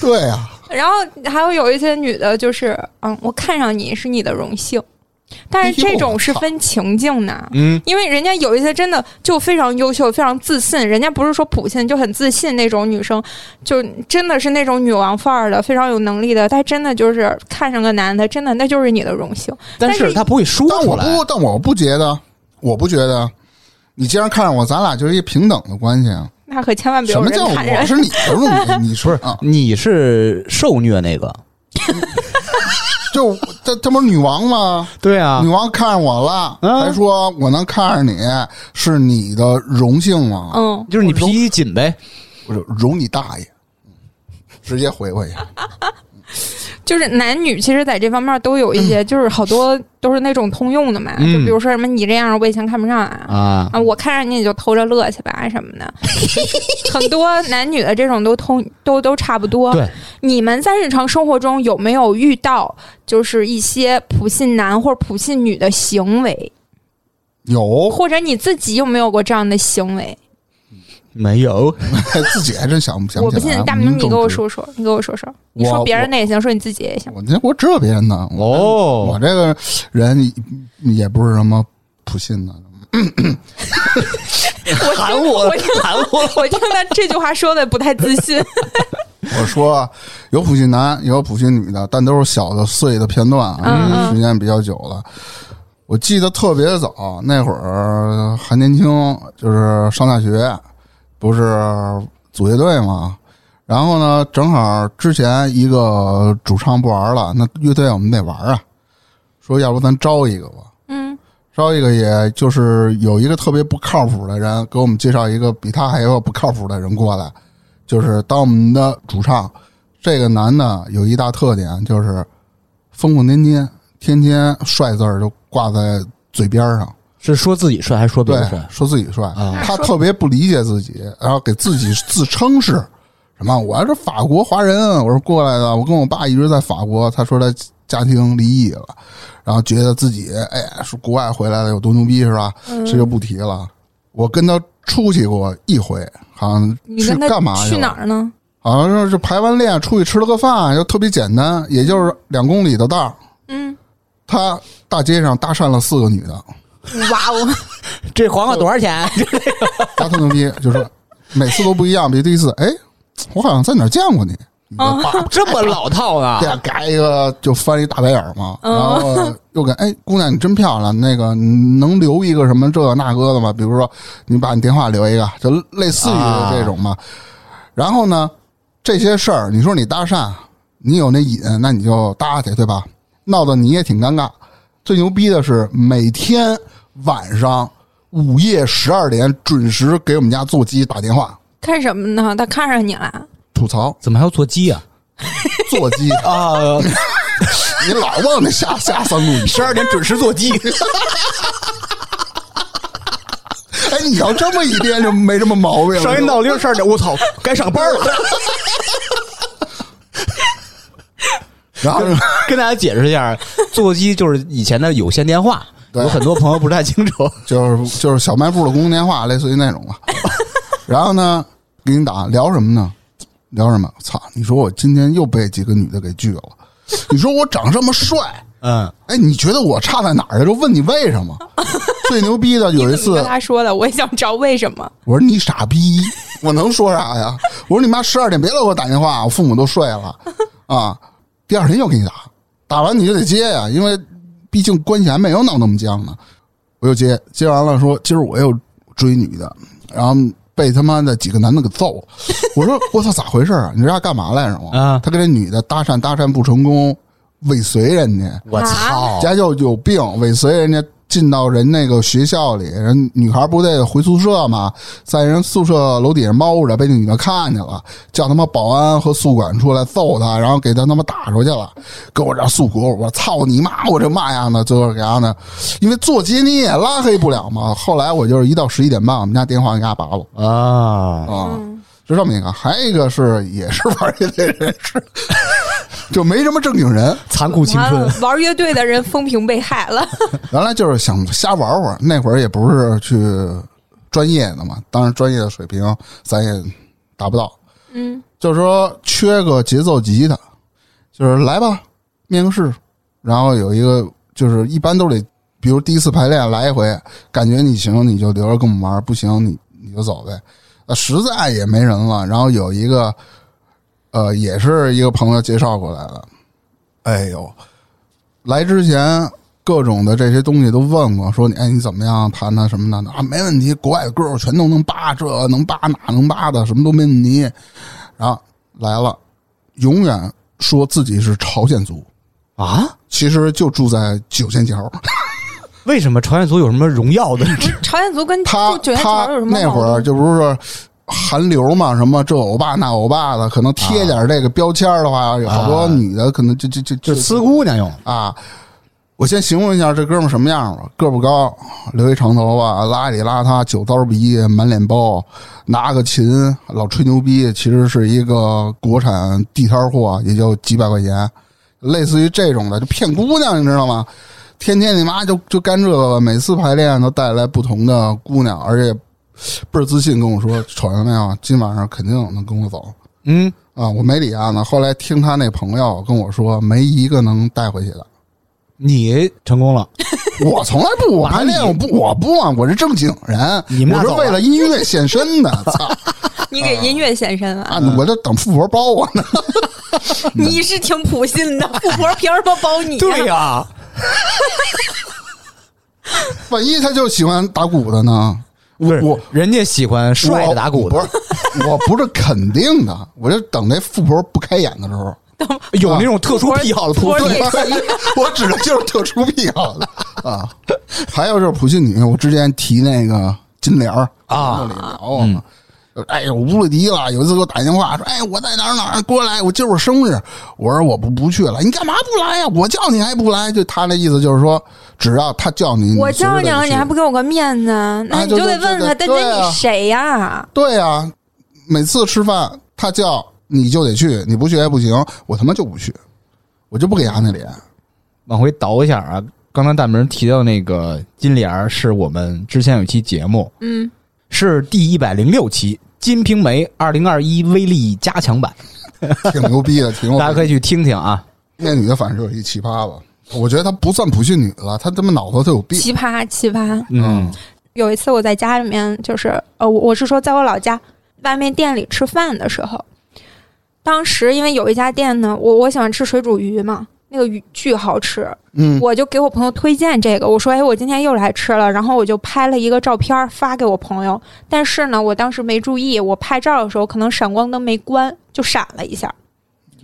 Speaker 1: 对啊呀、
Speaker 2: 然后还有有一些女的，就是嗯，我看上你是你的荣幸，但是
Speaker 1: 哎呦
Speaker 2: 这种是
Speaker 1: 我操
Speaker 2: 分情境的，
Speaker 3: 嗯，
Speaker 2: 因为人家有一些真的就非常优秀、非常自信，人家不是说普信就很自信那种女生，就真的是那种女王范儿的，非常有能力的。她真的就是看上个男的，真的那就是你的荣幸。
Speaker 3: 但
Speaker 2: 但
Speaker 3: 是
Speaker 2: 是
Speaker 3: 他不会说
Speaker 1: 但
Speaker 3: 出
Speaker 1: 我
Speaker 3: 来
Speaker 1: 不，，但我不觉得，我不觉得。你既然看上我，咱俩就是一平等的关系啊！
Speaker 2: 那可千万别
Speaker 1: 什
Speaker 2: 有
Speaker 1: 么
Speaker 2: 人
Speaker 1: 叫
Speaker 2: 砍
Speaker 1: 我
Speaker 2: 人。
Speaker 1: 是你的荣幸？你说啊，
Speaker 3: 你是受虐那个，
Speaker 1: 就这这不是女王吗？
Speaker 3: 对啊
Speaker 1: 女，王看上我了，
Speaker 3: 嗯
Speaker 1: 还说我能看上你是你的荣幸吗？
Speaker 2: 嗯，
Speaker 3: 就是你皮紧呗，
Speaker 1: 我说容你大爷，直接回过去。
Speaker 2: 就是男女其实在这方面都有一些，就是好多都是那种通用的嘛，
Speaker 3: 嗯
Speaker 2: 就比如说什么你这样我以前看不上啊，
Speaker 3: 啊，
Speaker 2: 啊，我看上你你就偷着乐去吧什么的， 很多男女的这种都通都都差不多。
Speaker 3: 对，
Speaker 2: 你们在日常生活中有没有遇到就是一些普信男或者普信女的行为，
Speaker 1: 有，
Speaker 2: 或者你自己有没有过这样的行为？
Speaker 3: 没有，
Speaker 1: 自己还真想不想
Speaker 2: 我
Speaker 1: 不
Speaker 2: 不
Speaker 1: 起
Speaker 2: 信
Speaker 1: 来。，
Speaker 2: 大明，
Speaker 1: 嗯
Speaker 2: 你给我，
Speaker 1: 种
Speaker 2: 说说，你给我说说，
Speaker 1: 我
Speaker 2: 你说别人的也行，说你自己也
Speaker 1: 植
Speaker 2: 行。
Speaker 1: 我这我知道别人的我
Speaker 3: 哦
Speaker 1: 我这个人也不是什么普信的，
Speaker 2: 我
Speaker 3: 喊我
Speaker 2: 我听
Speaker 3: 喊我，
Speaker 2: 我听他这句话说的不太自 信。
Speaker 1: 我说有普信男，也有普信女的，但都是小的碎的片段
Speaker 2: 嗯
Speaker 1: 啊，
Speaker 2: 嗯
Speaker 1: 时间比较久了。我记得特别早，那会儿还年轻，就是上大学，不是组乐队嘛。然后呢，正好之前一个主唱不玩了，那乐队我们得玩啊，说要不咱招一个吧。
Speaker 2: 嗯，
Speaker 1: 招一个，也就是有一个特别不靠谱的人给我们介绍一个比他还要不靠谱的人过来，就是当我们的主唱。这个男的有一大特点，就是疯疯癫癫，天天帅字儿就挂在嘴边儿上，
Speaker 3: 是说自己帅还是说别
Speaker 1: 对
Speaker 3: 人帅，
Speaker 1: 说自己帅。
Speaker 3: 啊？
Speaker 1: 他特别不理解自己，然后给自己自称是什么？我是法国华人，啊我是过来的。我跟我爸一直在法国，他说他家庭离异了，然后觉得自己哎呀是国外回来的有多牛逼是吧？
Speaker 2: 嗯
Speaker 1: 这就不提了。我跟他出去过一回，好像
Speaker 2: 你
Speaker 1: 去
Speaker 2: 跟他
Speaker 1: 干嘛
Speaker 2: 去
Speaker 1: 了
Speaker 2: 哪儿呢？
Speaker 1: 好像是是排完练出去吃了个饭，就特别简单，也就是两公里的道儿。
Speaker 2: 嗯，
Speaker 1: 他大街上搭讪了四个女的，
Speaker 2: 哇哦，
Speaker 3: 这黄瓜多少钱？
Speaker 1: 他特牛逼，就是每次都不一样。比如第一次，哎，我好像在哪儿见过你，你就叭
Speaker 3: 这么老套呢
Speaker 1: 这？样嘎啊一个就翻一大白眼儿嘛，然后又给哎姑娘你真漂亮，那个你能留一个什么这个那个的吗？比如说你把你电话留一个，就类似于这种嘛。然后呢，这些事儿，你说你搭讪，你有那瘾，那你就搭去，对吧？闹得你也挺尴尬。最牛逼的是，每天晚上午夜十二点准时给我们家座机打电话
Speaker 2: 看什么呢？他看上你了，
Speaker 1: 吐槽
Speaker 3: 怎么还要做鸡啊？
Speaker 1: 座机，
Speaker 3: 啊，
Speaker 1: 你老忘了下下三路。
Speaker 3: 十二点准时做 鸡，
Speaker 1: 哎，你要这么一编就没什么毛病。
Speaker 3: 上一闹铃十二点，我操，该上班了。
Speaker 1: 然 后
Speaker 3: 跟大家解释一下，座机就是以前的有线电话，
Speaker 1: 对
Speaker 3: 有很多朋友不太清楚。
Speaker 1: 就是就是小卖部的公共电话，类似于那种吧。 然后呢，给你打聊什么呢？聊什么？操！你说我今天又被几个女的给拒了。你说我长这么帅，
Speaker 3: 嗯，
Speaker 1: 哎，你觉得我差在哪儿了？啊就问你为什么？最牛逼的有一
Speaker 2: 你
Speaker 1: 次
Speaker 2: 跟，他说的，我也想知道为什么。
Speaker 1: 我说你傻逼，我能说啥呀？我说你妈十二点别老给我打电话，我父母都睡了啊。第二天又给你打，打完你就得接呀，因为毕竟关系还没有闹那么僵呢。我又接，接完了说今儿我又追女的，然后被他妈的几个男的给揍了。我说我操咋回事啊？你知道他干嘛来着吗？
Speaker 3: 啊
Speaker 1: 他跟这女的搭讪搭讪不成功，尾随人家。
Speaker 3: 我操，
Speaker 1: 家就有病，啊尾随人家进到人那个学校里，人女孩不得回宿舍嘛，在人宿舍楼底下猫着，被那女的看见了，叫他妈保安和宿管出来揍他，然后给他他妈打出去了，给我这诉苦，我操你妈，我这嘛样的，最后给他呢，因为座机你也拉黑不了嘛。后来我就是一到十一点半，我们家电话给他拔了
Speaker 3: 啊！
Speaker 1: 啊。
Speaker 2: 嗯，
Speaker 1: 就这么一个，还有一个是也是玩乐队人士，就没什么正经人，
Speaker 3: 残酷青
Speaker 2: 完
Speaker 3: 春
Speaker 2: 了，玩乐队的人风评被害了。
Speaker 1: 原来就是想瞎玩玩，那会儿也不是去专业的嘛，当然专业的水平咱也达不到，
Speaker 2: 嗯，
Speaker 1: 就是说缺个节奏吉他，就是来吧，面个试，然后有一个就是一般都得，比如第一次排练来一回，感觉你行你就留着跟我们玩，不行你你就走呗，呃，实在也没人了，然后有一个，呃，也是一个朋友介绍过来的，哎呦，来之前各种的这些东西都问过，说你哎你怎么样弹弹什么的啊，没问题，国外的歌我全都能扒，这能扒那能扒的，什么都没问题。然后来了，永远说自己是朝鲜族，
Speaker 3: 啊！
Speaker 1: 其实就住在九仙桥。
Speaker 3: 为什么朝鲜族有什么荣耀的？
Speaker 2: 朝鲜族跟
Speaker 1: 他
Speaker 2: 九元桥
Speaker 1: 他
Speaker 2: 有什么
Speaker 1: 那会
Speaker 2: 矛
Speaker 1: 儿
Speaker 2: 盾
Speaker 1: 就不是韩流嘛，什么这欧巴那欧巴的，可能贴点这个标签的话，有好多女的可能就就就
Speaker 3: 就
Speaker 1: 就
Speaker 3: 呲姑娘用
Speaker 1: 啊。我先形容一下这哥们儿什么样吧，个不高，留一长头发，邋里邋遢，酒糟鼻，满脸包，拿个琴老吹牛逼，其实是一个国产地摊货，也就几百块钱，类似于这种的，就骗姑娘，你知道吗？天天你妈就就干这个，每次排练都带来不同的姑娘，而且倍儿自信跟我说：“瞅见没有，今晚上肯定能跟我走。”
Speaker 3: 嗯，
Speaker 1: 啊，我没理啊呢。后来听他那朋友跟我说，没一个能带回去的。
Speaker 3: 你成功了，
Speaker 1: 我从来不我排练，
Speaker 3: 哪里
Speaker 1: 我不我不啊，我是正经人，
Speaker 3: 你们
Speaker 1: 我
Speaker 3: 俩
Speaker 1: 是
Speaker 3: 走
Speaker 1: 为
Speaker 3: 了
Speaker 1: 了音乐献身的。 操
Speaker 2: 你给音乐献身了，
Speaker 1: 啊，我就等富婆包我呢。
Speaker 2: 你是挺普信的，富婆凭什么包你？啊
Speaker 3: 呀、
Speaker 1: 万一他就喜欢打鼓的呢？
Speaker 3: 不是
Speaker 1: 我
Speaker 3: 人家喜欢帅的打鼓的
Speaker 1: 我，不是，我不是肯定的，我就等那富婆不开眼的时候。
Speaker 3: 有那种特殊癖好的
Speaker 2: 不
Speaker 3: 普
Speaker 1: 哎
Speaker 2: 是
Speaker 3: 通
Speaker 2: 你
Speaker 1: 我指的就是特殊癖好的啊。 还有就是普信女，我之前提那个金莲儿
Speaker 3: 啊
Speaker 1: 节目里聊过嘛。哎呦，乌了迪了！有一次给我打电话说：“哎，我在哪儿哪儿，过来，我今儿我生日。”我说：“我不不去了。”你干嘛不来呀、我叫你还不来？就他那意思就是说，只要他叫你，
Speaker 2: 我
Speaker 1: 你随时
Speaker 2: 叫你
Speaker 1: 得
Speaker 2: 了，
Speaker 1: 去
Speaker 2: 你还不给我个面子？那
Speaker 1: 啊
Speaker 2: 你
Speaker 1: 就
Speaker 2: 就得
Speaker 1: 就
Speaker 2: 问
Speaker 1: 就
Speaker 2: 他，
Speaker 1: 对
Speaker 2: 但是
Speaker 1: 啊
Speaker 2: 你谁呀？
Speaker 1: 对呀、啊？每次吃饭他叫你就得去，你不去还不行，我他妈就不去，我就不给他那脸。
Speaker 3: 往回倒一下啊，刚才大明提到那个金莲儿，是我们之前有一期节目，
Speaker 2: 嗯，
Speaker 3: 是第一百零六期《金瓶梅》二零二一威力加强版，
Speaker 1: 挺牛逼的，挺牛逼的。
Speaker 3: 大家可以去听听啊。
Speaker 1: 那女的反正就是一奇葩吧，我觉得她不算普信女了，她他妈脑子她有病。
Speaker 2: 奇葩奇葩。
Speaker 3: 嗯
Speaker 2: 有一次我在家里面，就是呃，我我是说在我老家外面店里吃饭的时候，当时因为有一家店呢，我我喜欢吃水煮鱼嘛，那个鱼巨好吃，
Speaker 1: 嗯，
Speaker 2: 我就给我朋友推荐这个，我说哎，我今天又来吃了，然后我就拍了一个照片儿发给我朋友，但是呢，我当时没注意，我拍照的时候可能闪光灯没关，就闪了一下。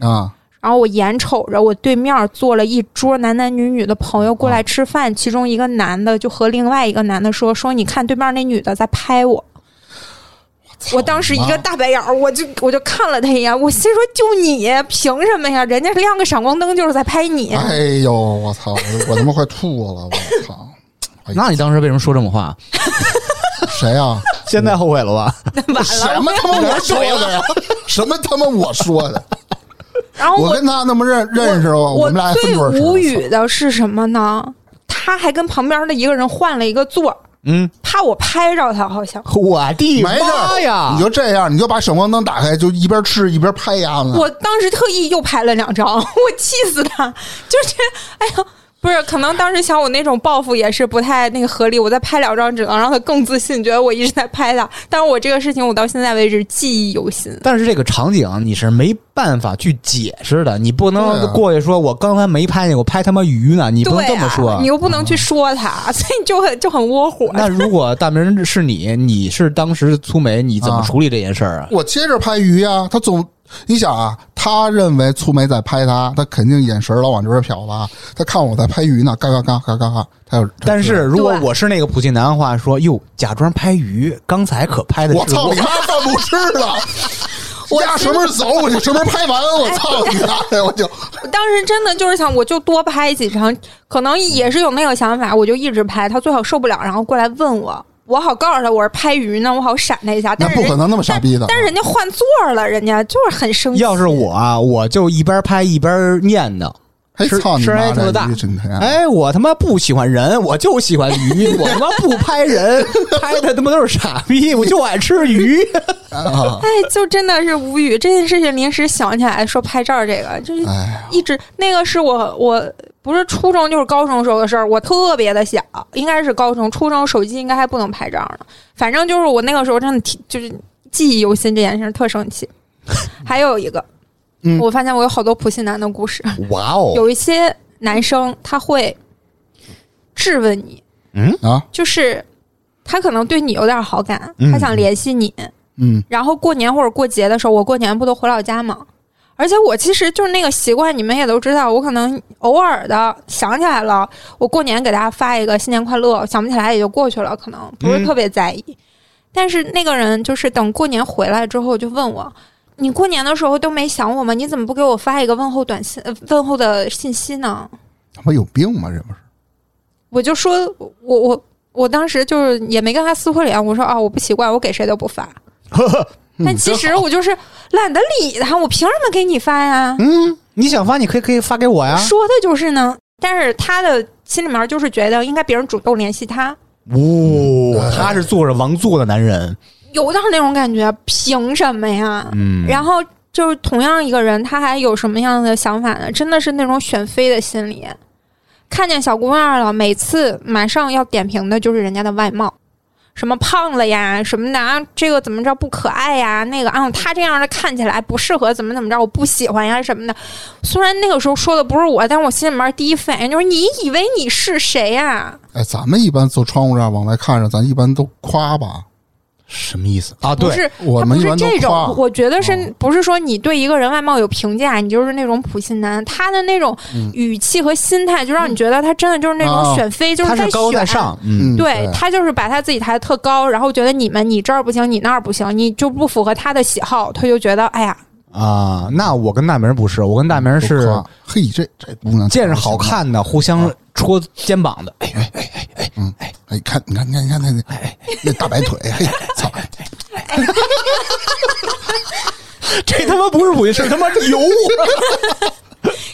Speaker 1: 啊，
Speaker 2: 然后我眼瞅着我对面坐了一桌男男女女的朋友
Speaker 1: 啊
Speaker 2: 过来吃饭，其中一个男的就和另外一个男的说：“说你看对面那女的在拍我。”我当时一个大白眼儿，我就我就看了他一眼，我心说：“就你凭什么呀？人家亮个闪光灯就是在拍你。
Speaker 1: 哎呦，我操，我我他妈快吐了，我操，哎
Speaker 3: 嗯那你当时为什么说这么话？
Speaker 1: 谁啊？
Speaker 3: 现在后悔了 吧？
Speaker 1: 什么他妈我说的呀？什么他妈我说的？”
Speaker 2: 然后
Speaker 1: 我
Speaker 2: 哦我
Speaker 1: 跟他他妈认认识哦我，们俩还分
Speaker 2: 最
Speaker 1: 对儿吃
Speaker 2: 无语的是什么呢？他还跟旁边的一个人换了一个座儿，
Speaker 3: 嗯，
Speaker 2: 怕我拍着他，好像。
Speaker 3: 我的
Speaker 1: 没事
Speaker 3: 妈
Speaker 1: 儿，
Speaker 3: 哎呀
Speaker 1: 你！就这样，你就把闪光灯打开，就一边吃一边拍鸭子。
Speaker 2: 我当时特意又拍了两张， 我气死他！就是，哎呀，不是，可能当时想我那种报复也是不太那个合理，我再拍两张，只能让他更自信，觉得我一直在拍他。但是我这个事情，我到现在为止记忆犹新。
Speaker 3: 但是这个场景啊你是没办法去解释的，你不
Speaker 1: 对
Speaker 3: 能
Speaker 1: 啊
Speaker 3: 过去说“我刚才没拍见，我拍他妈鱼呢”，你
Speaker 2: 你
Speaker 3: 不能这么说。
Speaker 2: 啊，你又不能去说他， 所以就很就很窝火。
Speaker 3: 那如果大明是你，你是当时粗眉，你怎么
Speaker 1: 啊
Speaker 3: 处理这件事儿啊？
Speaker 1: 我接着拍鱼呀、他总你想啊，他认为粗眉在拍他，他肯定眼神儿老往这边瞟了啊。他看我在拍鱼呢，嘎嘎嘎嘎嘎嘎，他有。
Speaker 3: 但是如果
Speaker 2: 对
Speaker 3: 我是那个普信男的话，说哟，假装拍鱼，刚才可拍的是
Speaker 1: 我操你妈，饭不吃了。我丫什么时候走，我就什么时候拍完。我操你妈的，我就
Speaker 2: 我当时真的就是想，我就多拍几张，可能也是有那个想法，我就一直拍，他最好受不了，然后过来问我，我好告诉他我是拍鱼呢，我好闪他一下，
Speaker 1: 那
Speaker 2: 但是
Speaker 1: 不可
Speaker 2: 人
Speaker 1: 能那么傻逼的。
Speaker 2: 但是人家换座了，人家就是很生气。
Speaker 3: 要是我啊，我就一边拍一边念叨。
Speaker 1: 哎
Speaker 3: 吃
Speaker 1: 操你
Speaker 3: 吃
Speaker 1: 妈
Speaker 3: 挨特
Speaker 1: 的
Speaker 3: 大
Speaker 1: 鱼真甜！
Speaker 3: 哎，我他妈不喜欢人，我就喜欢 鱼。我他妈不拍 人，拍的他妈都是傻逼，我就爱吃鱼。
Speaker 1: 啊
Speaker 2: 哎，就真的是无语。这件事情临时想起来说拍照这个，就是
Speaker 1: 哎，
Speaker 2: 一直那个是我我不是初中就是高中时候的事儿，我特别的小，应该是高中，初中手机应该还不能拍照呢。反正就是我那个时候真的挺就是记忆犹新这件事，特生 气。还有一个，
Speaker 1: 嗯
Speaker 2: 我发现我有好多普信男的故事，
Speaker 3: 哇哦，
Speaker 2: 有一些男生他会质问你，
Speaker 1: 啊，
Speaker 2: 就是他可能对你有点好感，
Speaker 3: 嗯
Speaker 2: 他想联系你，
Speaker 1: 嗯，
Speaker 2: 然后过年或者过节的时候，我过年不都回老家吗？而且我其实就是那个习惯，你们也都知道，我可能偶尔的想起来了，我过年给大家发一个新年快乐，想不起来也就过去了，可能不是特别在意。但是那个人就是等过年回来之后就问我。你过年的时候都没想我吗？你怎么不给我发一个问候短信、呃问候的信息呢？
Speaker 1: 他妈有病吧？这不是
Speaker 2: 我就说，我我我当时就是也没跟他撕破脸，我说啊，我不习惯，我给谁都不发。但其实我就是懒得理他，我凭什么给你发呀？
Speaker 3: 嗯，啊你想发你可以可以发给我呀。
Speaker 2: 说的就是呢。但是他的心里面就是觉得应该别人主动联系他，
Speaker 3: 哇、他是坐着王座的男人。
Speaker 2: 有点那种感觉，凭什么呀？
Speaker 3: 嗯
Speaker 2: 然后就是同样一个人，他还有什么样的想法呢？真的是那种选妃的心理，看见小姑娘了，每次马上要点评的就是人家的外貌，什么胖了呀，什么的啊，这个怎么着不可爱呀，那个啊，他这样的看起来不适合，怎么怎么着，我不喜欢呀什么的。虽然那个时候说的不是我，但我心里面第一反应就是你以为你是谁呀？
Speaker 1: 哎，咱们一般从窗户上往外看着，咱一般都夸吧。
Speaker 3: 什么意思啊？
Speaker 2: 不
Speaker 3: 对，
Speaker 2: 是，
Speaker 1: 我
Speaker 2: 他
Speaker 1: 们
Speaker 2: 不
Speaker 1: 一
Speaker 2: 是
Speaker 1: 般都
Speaker 2: 这
Speaker 1: 夸
Speaker 2: 种，我觉得是
Speaker 1: 嗯
Speaker 2: 不是说你对一个人外貌有评价，你就是那种普信男？他的那种语气和心态，就让你觉得他真的就是那种
Speaker 1: 啊
Speaker 2: 选妃，就是
Speaker 3: 他
Speaker 2: 在
Speaker 3: 是高
Speaker 2: 选
Speaker 3: 在。上。嗯，
Speaker 2: 对他就是把他自己抬得特高，然后觉得你们你这儿不行，你那儿不行，你就不符合他的喜好，他就觉得哎呀，
Speaker 3: 啊，那我跟大明不是，我跟大明
Speaker 1: 都
Speaker 3: 是
Speaker 1: 夸嘿，这这姑娘
Speaker 3: 见着好，看的互相戳肩膀的。哎
Speaker 1: 哎，看你看你看你看那
Speaker 2: 哎
Speaker 1: 那那大白腿，嘿， 操！
Speaker 3: 这他妈不是补，是他妈油。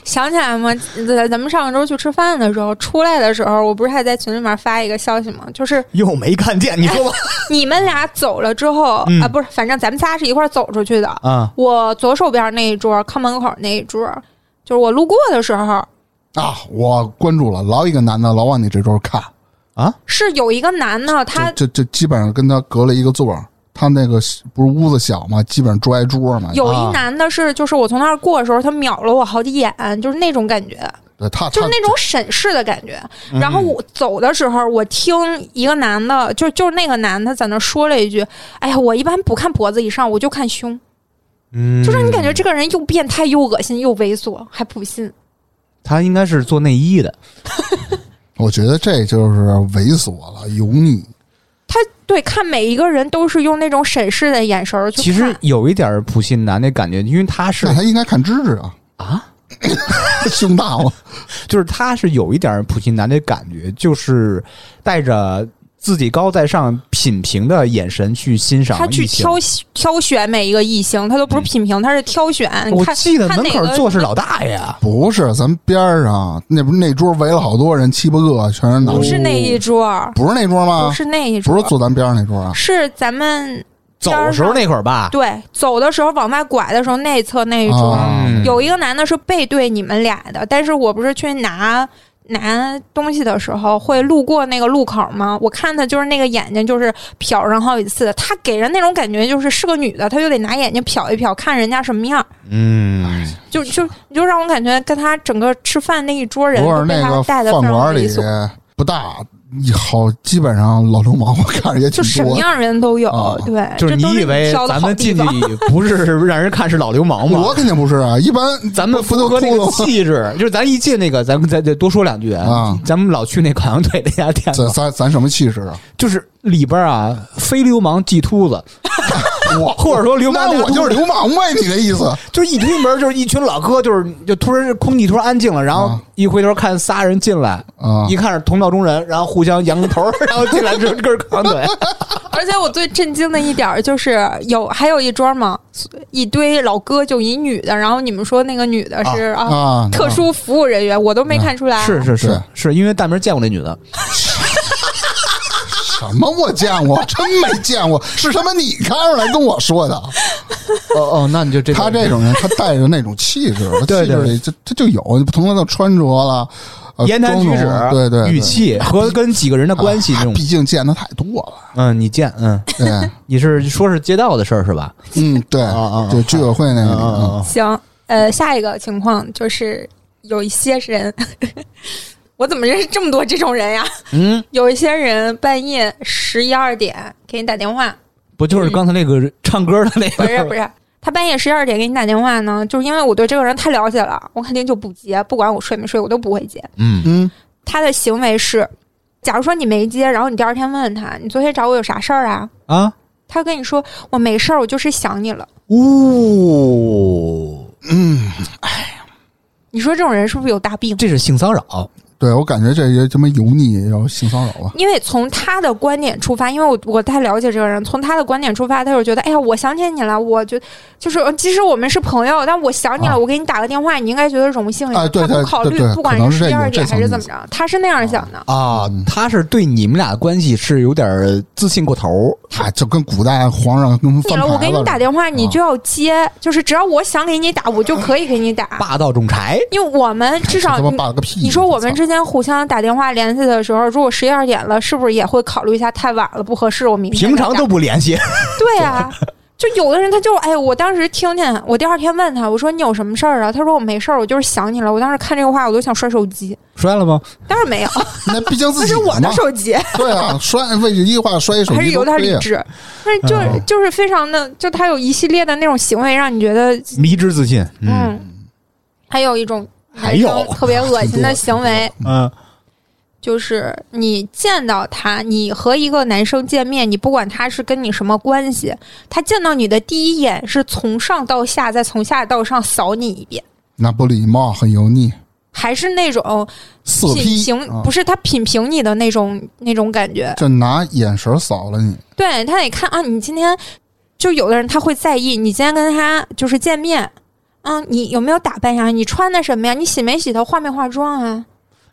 Speaker 2: 想起来吗？咱咱们上周去吃饭的时候，出来的时候，我不是还在群里面发一个消息吗？就是
Speaker 3: 又没看见，你说吧。
Speaker 2: 你们俩走了之后、
Speaker 3: 嗯
Speaker 2: 啊，不是，反正咱们仨是一块儿走出去的，
Speaker 3: 啊，
Speaker 2: 我左手边那一桌，靠门口那一桌，就是我路过的时候，
Speaker 1: 啊，我关注了，老一个男的老往你这周看，
Speaker 3: 啊
Speaker 2: 是有一个男的，他
Speaker 1: 这这基本上跟他隔了一个座儿，他那个不是屋子小嘛，基本上桌挨桌嘛。
Speaker 2: 有
Speaker 3: 啊啊
Speaker 2: 一男的是，就是我从那儿过的时候，他秒了我好几眼，就是那种感觉。
Speaker 1: 对他
Speaker 2: 就
Speaker 1: 他
Speaker 2: 是那种审视的感觉。
Speaker 3: 嗯
Speaker 2: 然后我走的时候，我听一个男的，就就是那个男的在那说了一句：“哎呀，我一般不看脖子以上，我就看胸。”
Speaker 3: 嗯
Speaker 2: 就让你感觉这个人又变态又恶心又猥琐，还不信。
Speaker 3: 他应该是做内衣的，
Speaker 1: 我觉得这就是猥琐了，油腻。
Speaker 2: 他对看每一个人都是用那种审视的眼神儿去看。
Speaker 3: 其实有一点儿普信男那感觉，因为他是
Speaker 1: 那他应该看芝芝啊，
Speaker 3: 啊，
Speaker 1: 胸大吗？
Speaker 3: 就是他是有一点儿普信男的感觉，就是带着自己高在上、品评的眼神去欣赏
Speaker 2: 他去
Speaker 3: 异性嗯
Speaker 2: 挑挑选每一个异性，他都不是品评，他是挑选。
Speaker 3: 我
Speaker 2: 看
Speaker 3: 记得
Speaker 2: 看
Speaker 3: 门
Speaker 2: 哪
Speaker 3: 口
Speaker 2: 个
Speaker 3: 坐是老大爷，啊
Speaker 1: 不是，咱边儿上那不那桌围了好多人，七八个，全是男
Speaker 2: 不
Speaker 1: 的，
Speaker 2: 是那一桌，
Speaker 1: 不是那桌吗？
Speaker 3: 啊
Speaker 2: 不是那一
Speaker 1: 不
Speaker 2: 桌，
Speaker 1: 是坐咱边上那桌啊？
Speaker 2: 是咱们
Speaker 3: 走的时候那会儿吧，
Speaker 2: 对走的时候往外拐的时候那一侧那一桌，
Speaker 1: 啊
Speaker 3: 嗯
Speaker 2: 有一个男的是背对你们俩的，但是我不是去拿拿东西的时候会路过那个路口吗？我看他就是那个眼睛就是瞟上好几次，他给人那种感觉就是是个女的，他就得拿眼睛瞟一瞟，看人家什么样，
Speaker 3: 嗯，
Speaker 2: 就就你就让我感觉跟他整个吃饭那一桌人
Speaker 1: 不
Speaker 2: 都
Speaker 1: 是
Speaker 2: 被
Speaker 1: 那
Speaker 2: 他
Speaker 1: 个
Speaker 2: 带
Speaker 1: 饭
Speaker 2: 的非常
Speaker 1: 馆
Speaker 2: 猥
Speaker 1: 里
Speaker 2: 琐。
Speaker 1: 不大，好，基本上老流氓我看着也
Speaker 2: 就
Speaker 1: 挺
Speaker 2: 什么
Speaker 1: 多的。
Speaker 2: 样人都有，
Speaker 1: 啊
Speaker 2: 对，
Speaker 3: 就是
Speaker 2: 哎这都
Speaker 3: 你
Speaker 2: 是
Speaker 3: 以为
Speaker 2: 挑的
Speaker 3: 咱
Speaker 2: 好
Speaker 3: 们
Speaker 2: 地
Speaker 3: 进
Speaker 2: 方。
Speaker 3: 去 不是让人看是老流氓吗
Speaker 1: 我？肯定不是啊，一般
Speaker 3: 咱们
Speaker 1: 不
Speaker 3: 符
Speaker 1: 都
Speaker 3: 合那
Speaker 1: 秃
Speaker 3: 个
Speaker 1: 了吗？
Speaker 3: 气质，就是咱一进那个，咱咱再多说两句
Speaker 1: 啊
Speaker 3: 咱们老去那烤羊腿那家店，
Speaker 1: 咱咱咱什么气势啊？
Speaker 3: 就是里边啊，非流氓即秃子，我 或者说流氓，
Speaker 1: 那我就是，流氓呗，你的意思？
Speaker 3: 就是一推门就是一群老哥，就是就突然空气突然安静了，然后
Speaker 1: 啊
Speaker 3: 一回头看仨人进来，
Speaker 1: 啊
Speaker 3: 一看是同道中人，然后互相扬个头，然后进来之后根烤羊腿，
Speaker 2: 而且我最震惊的一点儿就是有还有一桌嘛，一堆老哥就一女的，然后你们说那个女的是啊
Speaker 1: 啊，
Speaker 2: 特殊服务人员，我都没看出来。 啊
Speaker 3: 是是是
Speaker 1: 对
Speaker 3: 是，因为大明见过那女的，
Speaker 1: 什么我见过，真没见过，是他妈你看出来跟我说的。
Speaker 3: 哦哦，那你就这
Speaker 1: 他这种人，他带着那种气质，
Speaker 3: 对
Speaker 1: 气质里就他就有不同的穿着了，呃
Speaker 3: 言谈举止
Speaker 1: 妆容、对对，对
Speaker 3: 语气和跟几个人的关系
Speaker 1: 啊
Speaker 3: 那种
Speaker 1: 毕，竟见的太多了。
Speaker 3: 嗯，你见，嗯，
Speaker 1: 对，
Speaker 3: 你是说是街道的事儿是吧？
Speaker 1: 嗯，对
Speaker 3: 啊啊啊，
Speaker 1: 就居委会那
Speaker 3: 嗯
Speaker 1: 个里
Speaker 3: 嗯
Speaker 1: 嗯，
Speaker 3: 嗯，
Speaker 2: 行，呃，下一个情况就是有一些人， 我怎么认识这么多这种人呀？
Speaker 3: 嗯，
Speaker 2: 有一些人半夜十一二点给你打电话，
Speaker 3: 不就是刚才那个唱歌的那
Speaker 2: 不
Speaker 3: 个？
Speaker 2: 是不是，他半夜十一二点给你打电话呢，就是因为我对这个人太了解了，我肯定就不接，不管我睡没睡，我都不会接。
Speaker 3: 嗯，
Speaker 1: 嗯，
Speaker 2: 他的行为是，假如说你没接，然后你第二天问他，你昨天找我有啥事儿啊？
Speaker 3: 啊，
Speaker 2: 他跟你说我没事儿，我就是想你了。
Speaker 3: 哦，
Speaker 1: 嗯
Speaker 2: 你说这种人是不是有大病？啊
Speaker 3: 这是性骚扰，
Speaker 1: 对我感觉这也他妈油腻，要性骚扰啊吧？
Speaker 2: 因为从他的观点出发，因为我我太了解这个人，从他的观点出发，他就觉得，哎呀，我想起你了，我觉就是，呃即使我们是朋友，但我想你了，
Speaker 1: 啊
Speaker 2: 我给你打个电话，你应该觉得荣幸呀。
Speaker 1: 哎对
Speaker 2: 他
Speaker 1: 对
Speaker 2: 不考虑
Speaker 1: 对对，
Speaker 2: 不管
Speaker 1: 可能是
Speaker 2: 十
Speaker 1: 这
Speaker 2: 一
Speaker 1: 有
Speaker 2: 二点
Speaker 1: 这层
Speaker 2: 还是
Speaker 1: 意
Speaker 2: 怎么
Speaker 1: 思
Speaker 2: 着，他是那样想的。
Speaker 3: 啊，他是对你们俩关系是有点儿自信过头，
Speaker 1: 哎，就跟古代皇上跟
Speaker 2: 你
Speaker 1: 翻
Speaker 2: 了，
Speaker 1: 牌
Speaker 2: 我给
Speaker 1: 子
Speaker 2: 你
Speaker 1: 似
Speaker 2: 打
Speaker 1: 的。
Speaker 2: 电话，你就要接，就是只要我想给你打，我就可以给你打，
Speaker 3: 霸道总裁，
Speaker 2: 因为我们至少
Speaker 1: 哎他妈
Speaker 2: 你
Speaker 1: 霸了个屁！
Speaker 2: 你说我们
Speaker 1: 操
Speaker 2: 之间互相打电话联系的时候，如果十一二点了，是不是也会考虑一下太晚了不合适？我明天
Speaker 3: 平常
Speaker 2: 再
Speaker 3: 都
Speaker 2: 打
Speaker 3: 不联系，
Speaker 2: 对啊。就有的人他就哎，我当时听见，我第二天问他，我说你有什么事儿啊？他说我没事儿，我就是想你了。我当时看这个话，我都想摔手机，
Speaker 3: 摔了吗？
Speaker 2: 当然没有，
Speaker 1: 那毕竟
Speaker 2: 那
Speaker 1: 自己
Speaker 2: 是我
Speaker 1: 嘛
Speaker 2: 的手机，
Speaker 1: 对啊，摔为一句话摔一手
Speaker 2: 还是
Speaker 1: 机
Speaker 2: 有
Speaker 1: 都
Speaker 2: 点
Speaker 1: 亏
Speaker 2: 理
Speaker 1: 啊。
Speaker 2: 智。但是就
Speaker 3: 哦
Speaker 2: 是就是非常的，就他有一系列的那种行为，让你觉得
Speaker 3: 迷之自信，嗯
Speaker 2: 嗯。还有一种
Speaker 3: 还有
Speaker 2: 男生特别恶心的行为，
Speaker 3: 嗯，
Speaker 2: 就是你见到他，你和一个男生见面，你不管他是跟你什么关系，他见到你的第一眼是从上到下，再从下到上扫你一遍，
Speaker 1: 那不礼貌，很油腻，
Speaker 2: 还是那种
Speaker 1: 色
Speaker 2: 品
Speaker 1: 批
Speaker 2: 评，
Speaker 1: 啊
Speaker 2: 不是他品评你的那种那种感觉。
Speaker 1: 就拿眼神扫了你。
Speaker 2: 对他得看啊，你今天就有的人他会在意，你今天跟他就是见面，嗯，你有没有打扮呀？你穿的什么呀？你洗没洗头？化没化妆啊？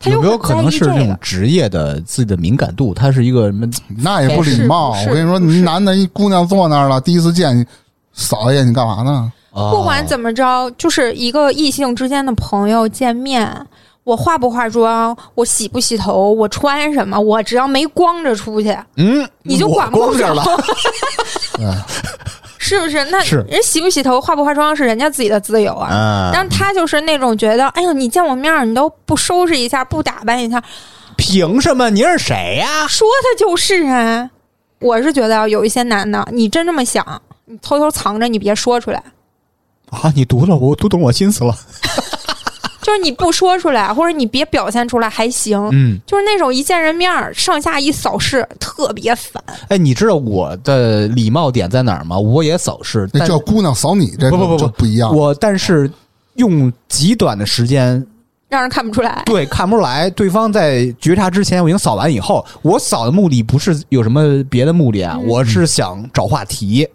Speaker 2: 他就
Speaker 3: 有没有
Speaker 2: 很
Speaker 3: 可
Speaker 2: 在
Speaker 3: 能
Speaker 2: 意
Speaker 3: 是
Speaker 2: 这
Speaker 3: 那
Speaker 2: 个
Speaker 3: 种职业的自己的敏感度？他是一个什么
Speaker 1: 那也不礼貌。
Speaker 2: 哎是不
Speaker 1: 我跟
Speaker 2: 是
Speaker 1: 你说，
Speaker 2: 不是
Speaker 1: 你男的一姑娘坐那儿了，第一次见你，扫一眼，你干嘛呢？
Speaker 3: 呃啊
Speaker 2: 不管怎么着，就是一个异性之间的朋友见面，我化不化妆，我洗不洗头，我穿什么，我只要没光着出去，
Speaker 3: 嗯，
Speaker 2: 你就管不
Speaker 3: 我光着了，
Speaker 2: 着，
Speaker 1: 对，
Speaker 2: 是不是？那
Speaker 3: 嗯是
Speaker 2: 人洗不洗头、化不化妆是人家自己的自由啊。
Speaker 3: 啊，
Speaker 2: 但是他就是那种觉得，哎呦，你见我面儿你都不收拾一下，不打扮一下，
Speaker 3: 凭什么？您是谁呀、
Speaker 2: 说他就是啊。我是觉得啊有一些男的，你真这么想，你偷偷藏着，你别说出来，
Speaker 3: 啊？你读了，我读懂我心思了。
Speaker 2: 就是你不说出来，或者你别表现出来还行。
Speaker 3: 嗯，
Speaker 2: 就是那种一见人面儿上下一扫视，特别烦。
Speaker 3: 哎，你知道我的礼貌点在哪儿吗？我也扫视，
Speaker 1: 那
Speaker 3: 但
Speaker 1: 叫姑娘扫你这
Speaker 3: 不不不
Speaker 1: 种
Speaker 3: 不
Speaker 1: 就不一样。
Speaker 3: 我但是用极短的时间，
Speaker 2: 让人看不出来。
Speaker 3: 对，看不出来对方在觉察之前，我已经扫完以后，我扫的目的不是有什么别的目的
Speaker 2: 嗯
Speaker 3: 啊，我是想找话题。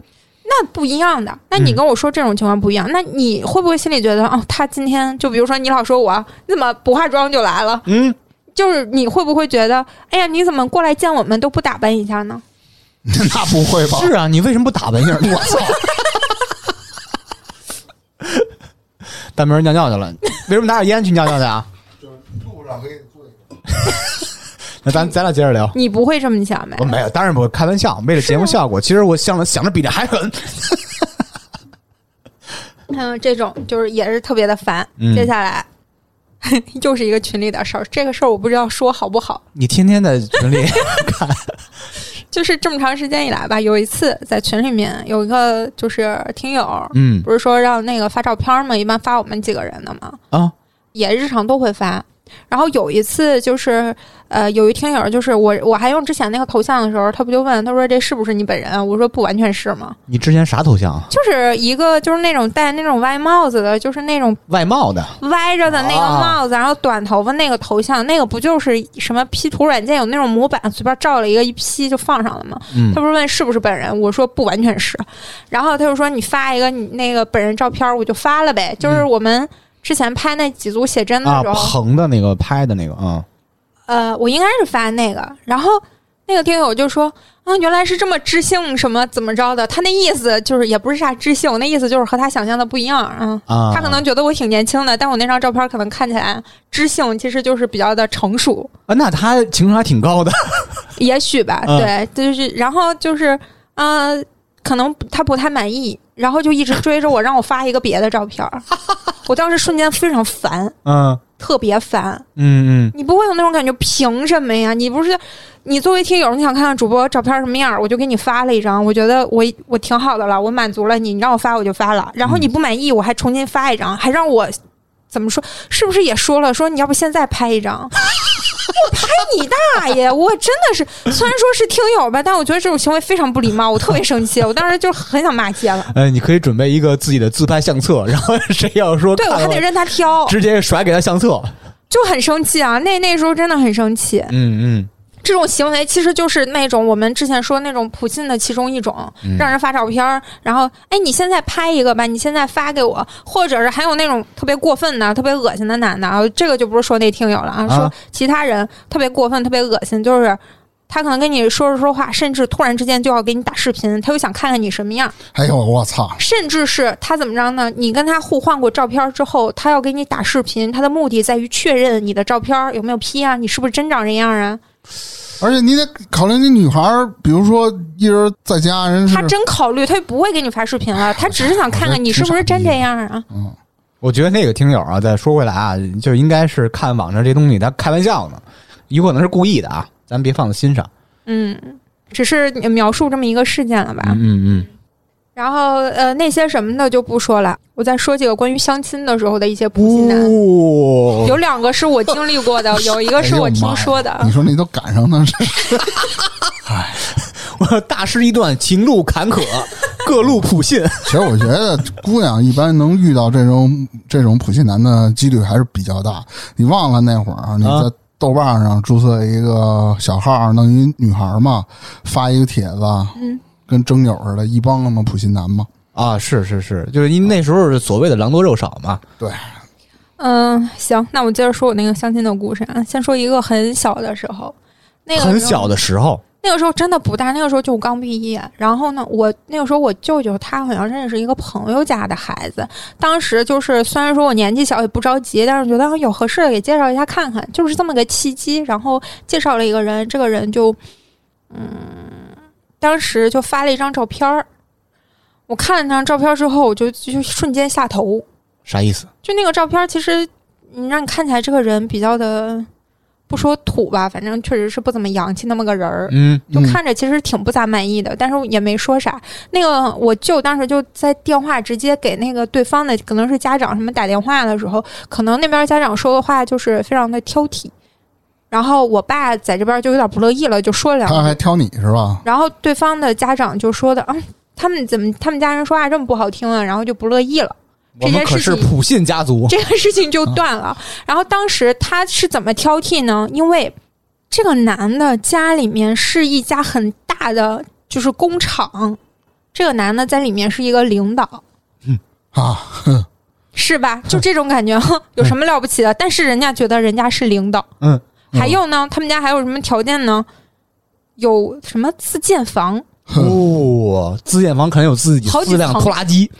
Speaker 2: 那不一样的。那你
Speaker 3: 嗯
Speaker 2: 跟我说这种情况不一样，那你会不会心里觉得，哦，他今天就比如说你老说我啊你怎么不化妆就来了，
Speaker 3: 嗯，
Speaker 2: 就是你会不会觉得，哎呀，你怎么过来见我们都不打扮一下呢？
Speaker 1: 那不会吧？
Speaker 3: 是啊，你为什么不打扮一 下？我操！大明儿尿尿去了，为什么拿着烟去尿尿去啊？
Speaker 1: 路上可以做一个。
Speaker 3: 那咱咱俩接着聊。
Speaker 2: 你不会这么想呗
Speaker 3: 我？没有，当然不会，开玩笑，为了节目效 果。其实我想了想着比这还狠。
Speaker 2: 嗯，这种就是也是特别的烦。
Speaker 3: 嗯
Speaker 2: 接下来 又是一个群里的事儿，这个事儿我不知道说好不好。
Speaker 3: 你天天在群 里看，
Speaker 2: 就是这么长时间以来吧，有一次在群里面有一个就是听友，
Speaker 3: 嗯
Speaker 2: 不是说让那个发照片儿嘛，一般发我们几个人的嘛，
Speaker 3: 啊，
Speaker 2: 也日常都会发。然后有一次就是，呃，有一听友就是我，我还用之前那个头像的时候，他不就问他说这是不是你本人啊？我说不完全是嘛，
Speaker 3: 你之前啥头像啊？
Speaker 2: 就是一个就是那种戴那种歪帽子的，就是那种
Speaker 3: 外贸的
Speaker 2: 歪着的那个
Speaker 3: 啊
Speaker 2: 帽子，然后短头发那个头像，那个不就是什么 P 图软件有那种模板，随便照了一个一 P 就放上了吗？
Speaker 3: 嗯
Speaker 2: 他不是问是不是本人，我说不完全是，然后他就说你发一个你那个本人照片，我就发了呗，就是我们之前拍那几组写真的
Speaker 3: 嗯啊
Speaker 2: 时，候，
Speaker 3: 横的那个拍的那个啊，
Speaker 2: 呃，我应该是发那个，然后那个听友就说啊，原来是这么知性什么怎么着的，他那意思就是也不是啥知性，那意思就是和他想象的不一样啊。
Speaker 3: 啊
Speaker 2: 他可能觉得我挺年轻的，但我那张照片可能看起来知性，其实就是比较的成 熟，
Speaker 3: 啊，那他情商还挺高的。
Speaker 2: 也许吧。
Speaker 3: 嗯
Speaker 2: 对，就是然后就是呃，可能他不太满意，然后就一直追着我让我发一个别的照片 儿，我当时瞬间非常烦，
Speaker 3: 嗯
Speaker 2: 特别烦。
Speaker 3: 嗯
Speaker 2: 你不会有那种感觉，凭什么呀？你不是你作为听友，你想看看主播照片什么样儿，我就给你发了一张，我觉得我我挺好的了，我满足了你，你让我发我就发了，然后你不满意我还重新发一张，还让我怎么说？是不是也说了说你要不现在拍一张？我拍你大爷！我真的是，虽然说是听友吧，但我觉得这种行为非常不礼貌，我特别生气，我当时就很想骂街了。
Speaker 3: 嗯，呃，你可以准备一个自己的自拍相册，然后谁要说
Speaker 2: 对我
Speaker 3: 看
Speaker 2: 还
Speaker 3: 了
Speaker 2: 得任他挑，
Speaker 3: 直接甩给他相册。
Speaker 2: 就很生气啊！那那时候真的很生气。
Speaker 3: 嗯嗯
Speaker 2: 这种行为其实就是那种我们之前说那种普信的其中一种，让人发照片儿，然后哎，你现在拍一个吧，你现在发给我，或者是还有那种特别过分的、特别恶心的男的啊，这个就不是说那听友了啊，
Speaker 3: 啊
Speaker 2: 说其他人特别过分、特别恶心，就是他可能跟你说着说话，甚至突然之间就要给你打视频，他又想看看你什么样，
Speaker 1: 哎呦，我操！
Speaker 2: 甚至是他怎么着呢？你跟他互换过照片之后，他要给你打视频，他的目的在于确认你的照片有没有 P 啊，你是不是真长这样啊？
Speaker 1: 而且你得考虑你女孩儿，比如说一人在家，人是
Speaker 2: 他真考虑，他就不会给你发视频了，他只是想看看你是不是真这样啊。
Speaker 1: 嗯
Speaker 3: 我觉得那个听友啊，再说回来啊，就应该是看网上这东西他开玩笑呢，有可能是故意的啊，咱别放在心上。
Speaker 2: 嗯，只是描述这么一个事件了吧。
Speaker 3: 嗯嗯
Speaker 2: 然后呃，那些什么的就不说了，我再说几个关于相亲的时候的一些普信男。
Speaker 3: 嗯，
Speaker 2: 有两个是我经历过的，有一个是
Speaker 1: 哎
Speaker 2: 我听说的。
Speaker 1: 你说你都赶上那是
Speaker 3: 我大师一段情路坎 坷，各路普信。
Speaker 1: 其实我觉得姑娘一般能遇到这种这种普信男的几率还是比较大。你忘了那会儿啊你在豆瓣上注册一个小号，弄一女孩嘛，发一个帖子，
Speaker 2: 嗯，
Speaker 1: 跟征友似的，一帮他妈普信男嘛。
Speaker 3: 啊，是是是，就是因为那时候是所谓的狼多肉少嘛。
Speaker 2: 嗯、行，那我接着说我那个相亲的故事啊。先说一个很小的时候，那个时候
Speaker 3: 很小的时候，
Speaker 2: 那个时候真的不大，那个时候就我刚毕业。然后呢，我那个时候我舅舅他好像认识一个朋友家的孩子，当时就是虽然说我年纪小也不着急，但是觉得啊有合适的给介绍一下看看，就是这么个契机。然后介绍了一个人，这个人就嗯，当时就发了一张照片儿。我看了那张照片之后，我就就瞬间下头。
Speaker 3: 啥意思？
Speaker 2: 就那个照片，其实你让你看起来这个人比较的，不说土吧，反正确实是不怎么洋气那么个人儿。
Speaker 3: 嗯，
Speaker 2: 就
Speaker 1: 嗯
Speaker 2: 看着其实挺不咋满意的，但是也没说啥。那个我舅当时就在电话直接给那个对方的，可能是家长什么打电话的时候，可能那边家长说的话就是非常的挑剔，然后我爸在这边就有点不乐意了，就说了
Speaker 1: 他还
Speaker 2: 两句，
Speaker 1: 挑你是吧？
Speaker 2: 然后对方的家长就说的，嗯，他们怎么他们家人说话这么不好听啊，然后就不乐意了。
Speaker 3: 我
Speaker 2: 这
Speaker 3: 们
Speaker 2: 件事
Speaker 3: 可是
Speaker 2: 情
Speaker 3: 普信家族。啊
Speaker 2: 这个事情就断了。
Speaker 1: 嗯
Speaker 2: 然后当时他是怎么挑剔呢？因为这个男的家里面是一家很大的就是工厂，这个男的在里面是一个领导，
Speaker 1: 啊，
Speaker 2: 是吧？就这种感觉，
Speaker 1: 嗯
Speaker 2: 哼有什么了不起的？但是人家觉得人家是领导。
Speaker 3: 嗯，
Speaker 2: 还有呢，他们家还有什么条件呢？有什么自建房？
Speaker 3: 哦，自建房可能有自己
Speaker 2: 好几
Speaker 3: 自辆
Speaker 2: 层
Speaker 3: 拖拉机，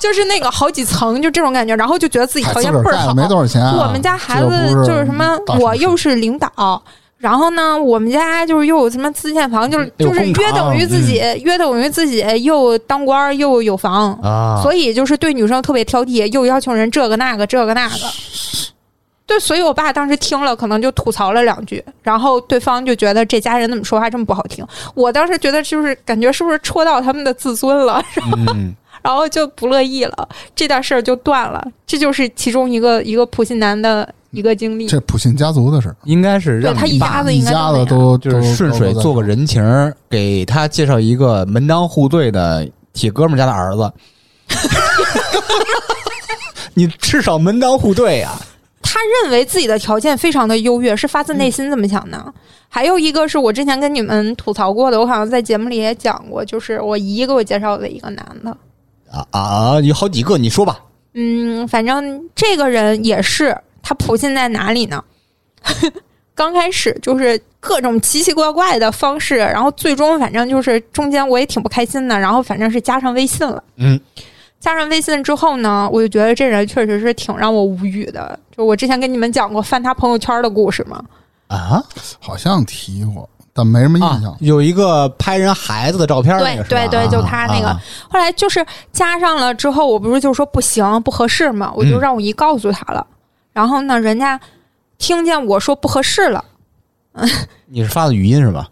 Speaker 2: 就是那个好几层，就这种感觉，然后就觉得自己
Speaker 1: 嗨
Speaker 2: 条
Speaker 1: 自
Speaker 2: 件
Speaker 1: 个
Speaker 2: 倍
Speaker 1: 儿
Speaker 2: 儿
Speaker 1: 盖
Speaker 2: 好
Speaker 1: 的。没多少钱啊、
Speaker 2: 我们家孩子
Speaker 1: 这不
Speaker 2: 就是什么
Speaker 1: 大，
Speaker 2: 我
Speaker 1: 城市
Speaker 2: 又是领导，然后呢，我们家就是又有什么自建房，就是
Speaker 3: 有
Speaker 2: 就是
Speaker 3: 工厂
Speaker 2: 约等于自己，
Speaker 1: 嗯
Speaker 2: 约等于自己又当官儿又有房，
Speaker 3: 啊，
Speaker 2: 所以就是对女生特别挑剔，又要求人这个那个这个那个。对，所以我爸当时听了，可能就吐槽了两句，然后对方就觉得这家人怎么说话这么不好听。我当时觉得就是感觉是不是戳到他们的自尊了，
Speaker 3: 嗯，
Speaker 2: 然后就不乐意了，这件事儿就断了。这就是其中一个一个普信男的一个经历。
Speaker 1: 这普信家族的事儿，
Speaker 3: 应该是让
Speaker 2: 对他
Speaker 3: 你
Speaker 2: 一
Speaker 3: 爸
Speaker 2: 家子
Speaker 1: 一
Speaker 2: 应该
Speaker 1: 家子
Speaker 2: 那样
Speaker 1: 都
Speaker 3: 就是顺水做个。人情儿，给他介绍一个门当户对的铁哥们儿家的儿 子。你至少门当户对啊呀、
Speaker 2: 他认为自己的条件非常的优越，是发自内心这么想的。还有一个是我之前跟你们吐槽过的，我好像在节目里也讲过，就是我姨给我介绍的一个男的。
Speaker 3: 啊！啊啊，有好几个，你说吧。
Speaker 2: 嗯，反正这个人也是，他普信在哪里呢？ 刚开始就是各种奇奇怪怪的方式，然后最终反正就是中间我也挺不开心的，然后反正是加上微信了。
Speaker 3: 嗯，
Speaker 2: 加上微信之后呢，我就觉得这人确实是挺让我无语的。就我之前跟你们讲过翻他朋友圈的故事嘛，
Speaker 3: 啊
Speaker 1: 好像提过，但没什么印
Speaker 3: 啊
Speaker 1: 象，。
Speaker 3: 有一个拍人孩子的照片儿那
Speaker 2: 对
Speaker 3: 个是吧，
Speaker 2: 对对，就他那个。
Speaker 3: 啊
Speaker 2: 后来就是加上了之后，我不是就说不行不合适嘛，我就
Speaker 3: 嗯
Speaker 2: 让我姨告诉他了。然后呢，人家听见我说不合适了，
Speaker 3: 你是发的语音是吧？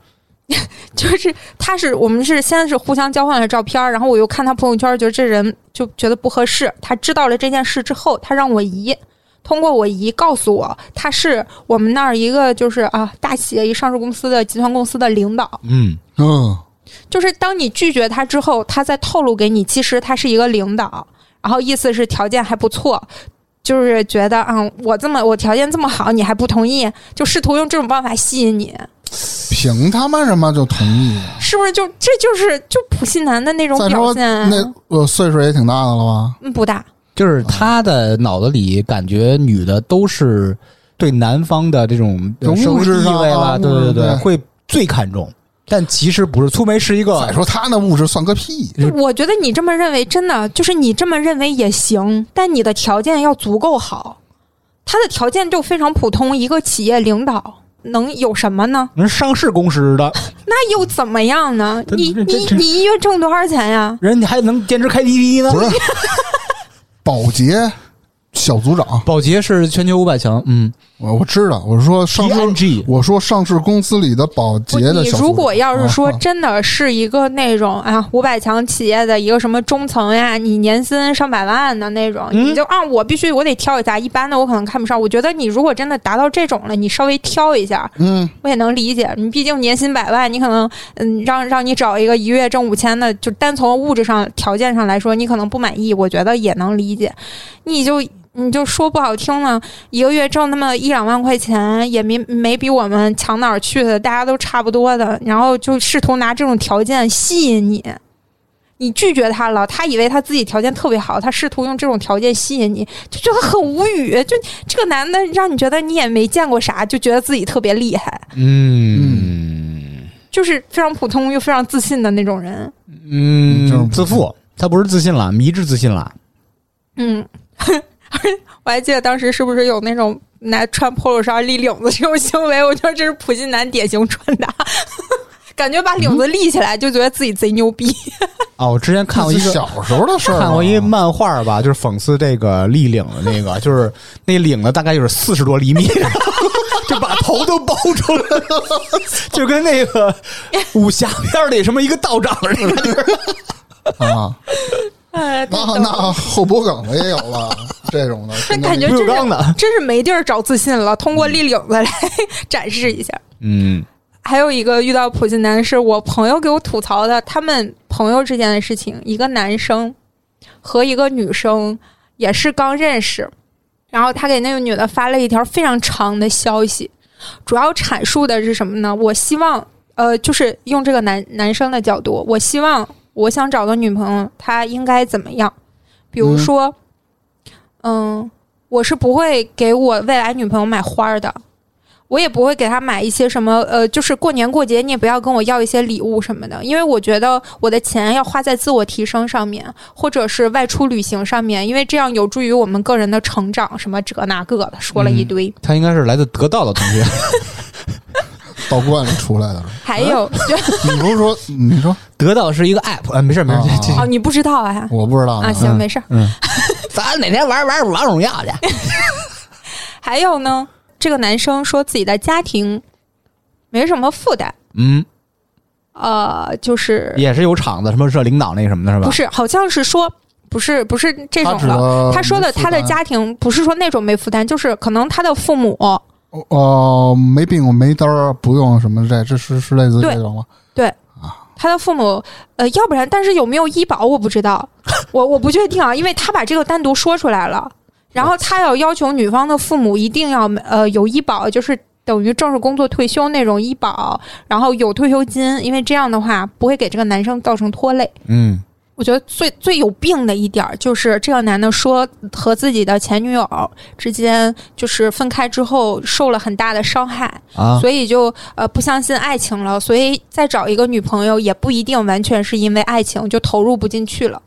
Speaker 2: 就是他是我们是先是互相交换了照片儿，然后我又看他朋友圈儿，觉得这人就觉得不合适。他知道了这件事之后，他让我姨通过我姨告诉我，他是我们那儿一个就是啊大企业一上市公司的集团公司的领导。
Speaker 3: 嗯，
Speaker 1: 嗯，
Speaker 2: 就是当你拒绝他之后，他再透露给你，其实他是一个领导，然后意思是条件还不错。就是觉得啊、嗯，我这么我条件这么好，你还不同意，就试图用这种办法吸引你，
Speaker 1: 凭他妈什么就同意啊？
Speaker 2: 是不是就？这就是就普信男的那种
Speaker 1: 再
Speaker 2: 表
Speaker 1: 说
Speaker 2: 现啊。
Speaker 1: 那我岁数也挺大的了吧？
Speaker 2: 嗯，不大，
Speaker 3: 就是他的脑子里感觉女的都是对男方的这种
Speaker 1: 就
Speaker 3: 社会
Speaker 1: 物质
Speaker 3: 地
Speaker 1: 上啊
Speaker 3: 位啦，对
Speaker 1: 物
Speaker 3: 对
Speaker 1: 质对
Speaker 3: 会最看重。但其实不是，粗梅是一个
Speaker 1: 再说他那物质算个屁，
Speaker 3: 就
Speaker 2: 我觉得你这么认为真的就是你这么认为也行，但你的条件要足够好。他的条件就非常普通，一个企业领导能有什么呢？
Speaker 3: 人上市公司的，
Speaker 2: 那又怎么样呢？
Speaker 3: 他
Speaker 2: 你
Speaker 3: 这
Speaker 2: 你
Speaker 3: 这
Speaker 2: 你一月挣多少钱呀？
Speaker 3: 人家还能兼职开滴滴呢
Speaker 1: 不。是 保洁小组长，
Speaker 3: 宝洁是全球五百强，嗯
Speaker 1: 我我知道，我说上市，
Speaker 3: ，P&G
Speaker 1: 我说上市公司里的保洁
Speaker 2: 不
Speaker 1: 的
Speaker 2: 你
Speaker 1: 小组长。
Speaker 2: 如果要是说
Speaker 1: 啊
Speaker 2: 真的是一个那种啊五百强企业的一个什么中层呀，你年薪上百万的那种，
Speaker 3: 嗯
Speaker 2: 你就啊我必须我得挑一下，一般的我可能看不上。我觉得你如果真的达到这种了，你稍微挑一下，
Speaker 1: 嗯，
Speaker 2: 我也能理解，你毕竟年薪百万，你可能嗯，让让你找一个一月挣五千的，就单从物质上条件上来说，你可能不满意，我觉得也能理解。你就你就说不好听了，一个月挣那么一两万块钱，也没没比我们强哪儿去的，大家都差不多的，然后就试图拿这种条件吸引你。你拒绝他了，他以为他自己条件特别好，他试图用这种条件吸引你，就觉得很无语。就这个男的让你觉得你也没见过啥，就觉得自己特别厉害。
Speaker 3: 嗯
Speaker 2: 就是非常普通又非常自信的那种人。
Speaker 1: 这样
Speaker 3: 嗯，
Speaker 1: 不
Speaker 3: 自负，他不是自信了，迷之自信了。
Speaker 2: 嗯，我还记得当时是不是有那种拿穿 polo 衫立领子这种行为？我觉得这是普信男典型穿搭。感觉把领子立起来，就觉得自己贼牛逼。
Speaker 3: 啊，我之前看过一个。
Speaker 1: 小时候的事儿，
Speaker 3: 看过一个漫画吧，就是讽刺这个立领的那 个，就是那领子大概就是四十多厘米， 就把头都包出来 了，就跟那个武侠片里什么一个道长似的。
Speaker 1: 啊，
Speaker 2: 哎，
Speaker 1: 那那后脖梗子也有了这种的，
Speaker 2: 那 感觉
Speaker 3: 不
Speaker 2: 真
Speaker 3: 锈
Speaker 2: 是
Speaker 3: 钢的
Speaker 2: 真是没地儿找自信了，通过立领子来 展示一下。
Speaker 3: 嗯，
Speaker 2: 还有一个遇到普信男是我朋友给我吐槽的，他们朋友之间的事情，一个男生和一个女生也是刚认识，然后他给那个女的发了一条非常长的消息，主要阐述的是什么呢？我希望，呃，就是用这个男男生的角度，我希望我想找个女朋友，她应该怎么样？比如说，嗯我是不会给我未来女朋友买花儿的，我也不会给她买一些什么，呃，就是过年过节你也不要跟我要一些礼物什么的，因为我觉得我的钱要花在自我提升上面，或者是外出旅行上面，因为这样有助于我们个人的成长，什么这那个的，说了一堆。
Speaker 3: 他应该是来自得道的同 学，
Speaker 1: 道观里出来的。
Speaker 2: 还有， 就
Speaker 1: 你不是说你说
Speaker 3: 得道是一个 app 啊，没事没事，
Speaker 1: 啊
Speaker 3: 这
Speaker 2: 哦，
Speaker 3: 这
Speaker 2: 你不知道啊？
Speaker 1: 我不知道呢嗯
Speaker 2: 啊，行，没事儿。
Speaker 3: 咱哪天玩玩王者荣耀去？
Speaker 2: 还有呢，这个男生说自己的家庭没什么负担，
Speaker 3: 嗯，
Speaker 2: 呃，就是
Speaker 3: 也是有厂子什么社领导那什么的是吧？
Speaker 2: 不是，好像是说不是不是这
Speaker 1: 他
Speaker 2: 种
Speaker 1: 指
Speaker 2: 了。
Speaker 1: 的
Speaker 2: 他说的他的家庭不是说那种没负担，就是可能他的父母
Speaker 1: 哦、哦没病我没刀儿，不用什么这这是是类似这种吗？
Speaker 2: 他的父母，呃，要不然，但是有没有医保我不知道，我我不确定啊，因为他把这个单独说出来了，然后他要要求女方的父母一定要呃有医保，就是等于正式工作退休那种医保，然后有退休金，因为这样的话不会给这个男生造成拖累。
Speaker 3: 嗯
Speaker 2: 我觉得最最有病的一点儿就是这个男的说和自己的前女友之间就是分开之后受了很大的伤害，
Speaker 3: 啊，
Speaker 2: 所以就呃不相信爱情了，所以再找一个女朋友也不一定完全是因为爱情，就投入不进去了。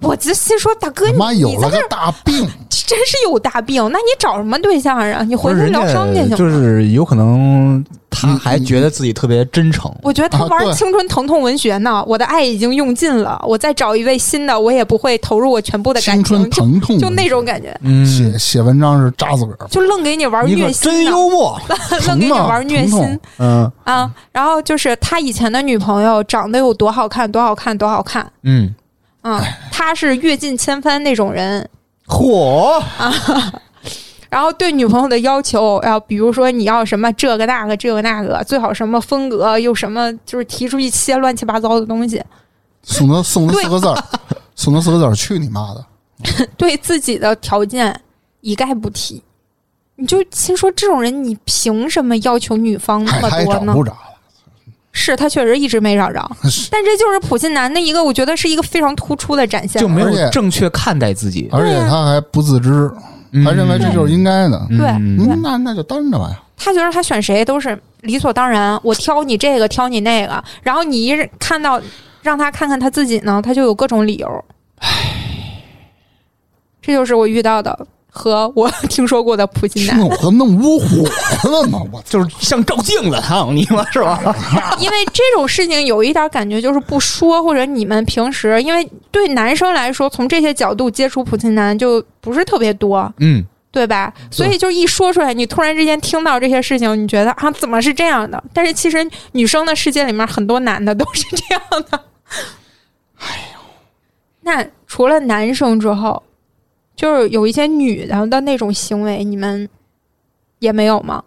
Speaker 2: 我就心说，大哥，
Speaker 1: 他
Speaker 2: 你
Speaker 1: 妈有
Speaker 2: 你
Speaker 1: 了
Speaker 2: 这
Speaker 1: 个大病，
Speaker 2: 真是有大病，那你找什么对象啊？你
Speaker 3: 不
Speaker 2: 回
Speaker 3: 是
Speaker 2: 去
Speaker 3: 人
Speaker 2: 疗伤去行
Speaker 3: 家
Speaker 2: 吗？
Speaker 3: 就是有可能他还觉得自己特别真诚，
Speaker 2: 我觉得他
Speaker 1: 啊
Speaker 2: 玩
Speaker 1: 对
Speaker 2: 青春疼痛文学呢，我的爱已经用尽了，我再找一位新的，我也不会投入 我全部的感
Speaker 1: 青春
Speaker 2: 情，就
Speaker 1: 疼痛
Speaker 2: 就那种感觉，
Speaker 3: 嗯
Speaker 1: 写写文章是扎自个儿，
Speaker 2: 就愣给你玩
Speaker 3: 你
Speaker 2: 虐
Speaker 3: 可真
Speaker 2: 心呢，啊
Speaker 3: 幽默，
Speaker 2: 愣给你
Speaker 1: 疼啊
Speaker 2: 玩虐
Speaker 1: 疼痛
Speaker 2: 心。
Speaker 3: 嗯
Speaker 2: 啊，然后就是他以前的女朋友长得有多好看，多好看，多好看，
Speaker 3: 嗯，
Speaker 2: 嗯，
Speaker 1: 哎
Speaker 2: 他是阅尽千帆那种人，
Speaker 3: 嚯，
Speaker 2: 然后对女朋友的要求，然后比如说你要什么这个那个这个那个，最好什么风格，又什么就是提出一些乱七八糟的东西，
Speaker 1: 送他送他
Speaker 2: 对
Speaker 1: 四个字儿， 送他四个字儿，去你妈的！
Speaker 2: 对自己的条件一概不提。你就心说这种人，你凭什么要求女方嗯那
Speaker 1: 嗨，他也找
Speaker 2: 么多呢？
Speaker 1: 不着了，
Speaker 2: 是他确实一直没找着，
Speaker 1: 是
Speaker 2: 但这就是普信男的一个，我觉得是一个非常突出的展现
Speaker 3: 就。没
Speaker 1: 而且
Speaker 3: 有正确看待自
Speaker 2: 啊
Speaker 3: 己，
Speaker 1: 而且他还不自知，
Speaker 3: 嗯
Speaker 1: 还认为这就是应该的。
Speaker 2: 对
Speaker 3: 嗯
Speaker 1: 嗯，那那就单着吧呀。
Speaker 2: 他觉得他选谁都是理所当然，我挑你这个，挑你那个，然后你一看到让他看看他自己呢，他就有各种理由。唉，这就是我遇到的和我 听说过的普信
Speaker 1: 听
Speaker 2: 男
Speaker 1: 得，我都弄窝火了呢，我
Speaker 3: 就是像照镜子，操你妈是吧？
Speaker 2: 因为这种事情有一点感觉就是不说，或者你们平时因为对男生来说，从这些角度接触普信男就不是特别多，
Speaker 3: 嗯，
Speaker 2: 对吧？所以就一说出来，你突然之间听到这些事情，你觉得啊，怎么是这样的？但是其实女生的世界里面，很多男的都是这样的。哎呦，那除了男生之后，就是有一些女的的那种行为，你们也没有吗？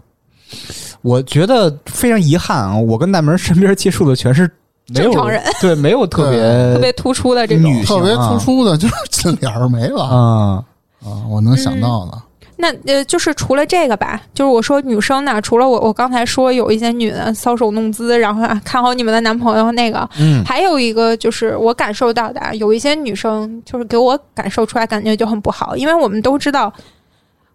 Speaker 3: 我觉得非常遗憾啊，我跟大门身边接触的全是没有
Speaker 2: 正常人，
Speaker 3: 对，没有特
Speaker 2: 特
Speaker 3: 别
Speaker 2: 别突出的这种，
Speaker 3: 呃女
Speaker 1: 特
Speaker 3: 性
Speaker 1: 别
Speaker 3: 啊
Speaker 1: 突出的就是这脸儿没了啊
Speaker 3: 啊，
Speaker 1: 我能想到的。
Speaker 2: 那呃，就是除了这个吧，就是我说女生呢，除了我我刚才说有一些女的搔首弄姿，然后啊看好你们的男朋友那个，
Speaker 3: 嗯
Speaker 2: 还有一个就是我感受到的，啊，有一些女生就是给我感受出来感觉就很不好，因为我们都知道，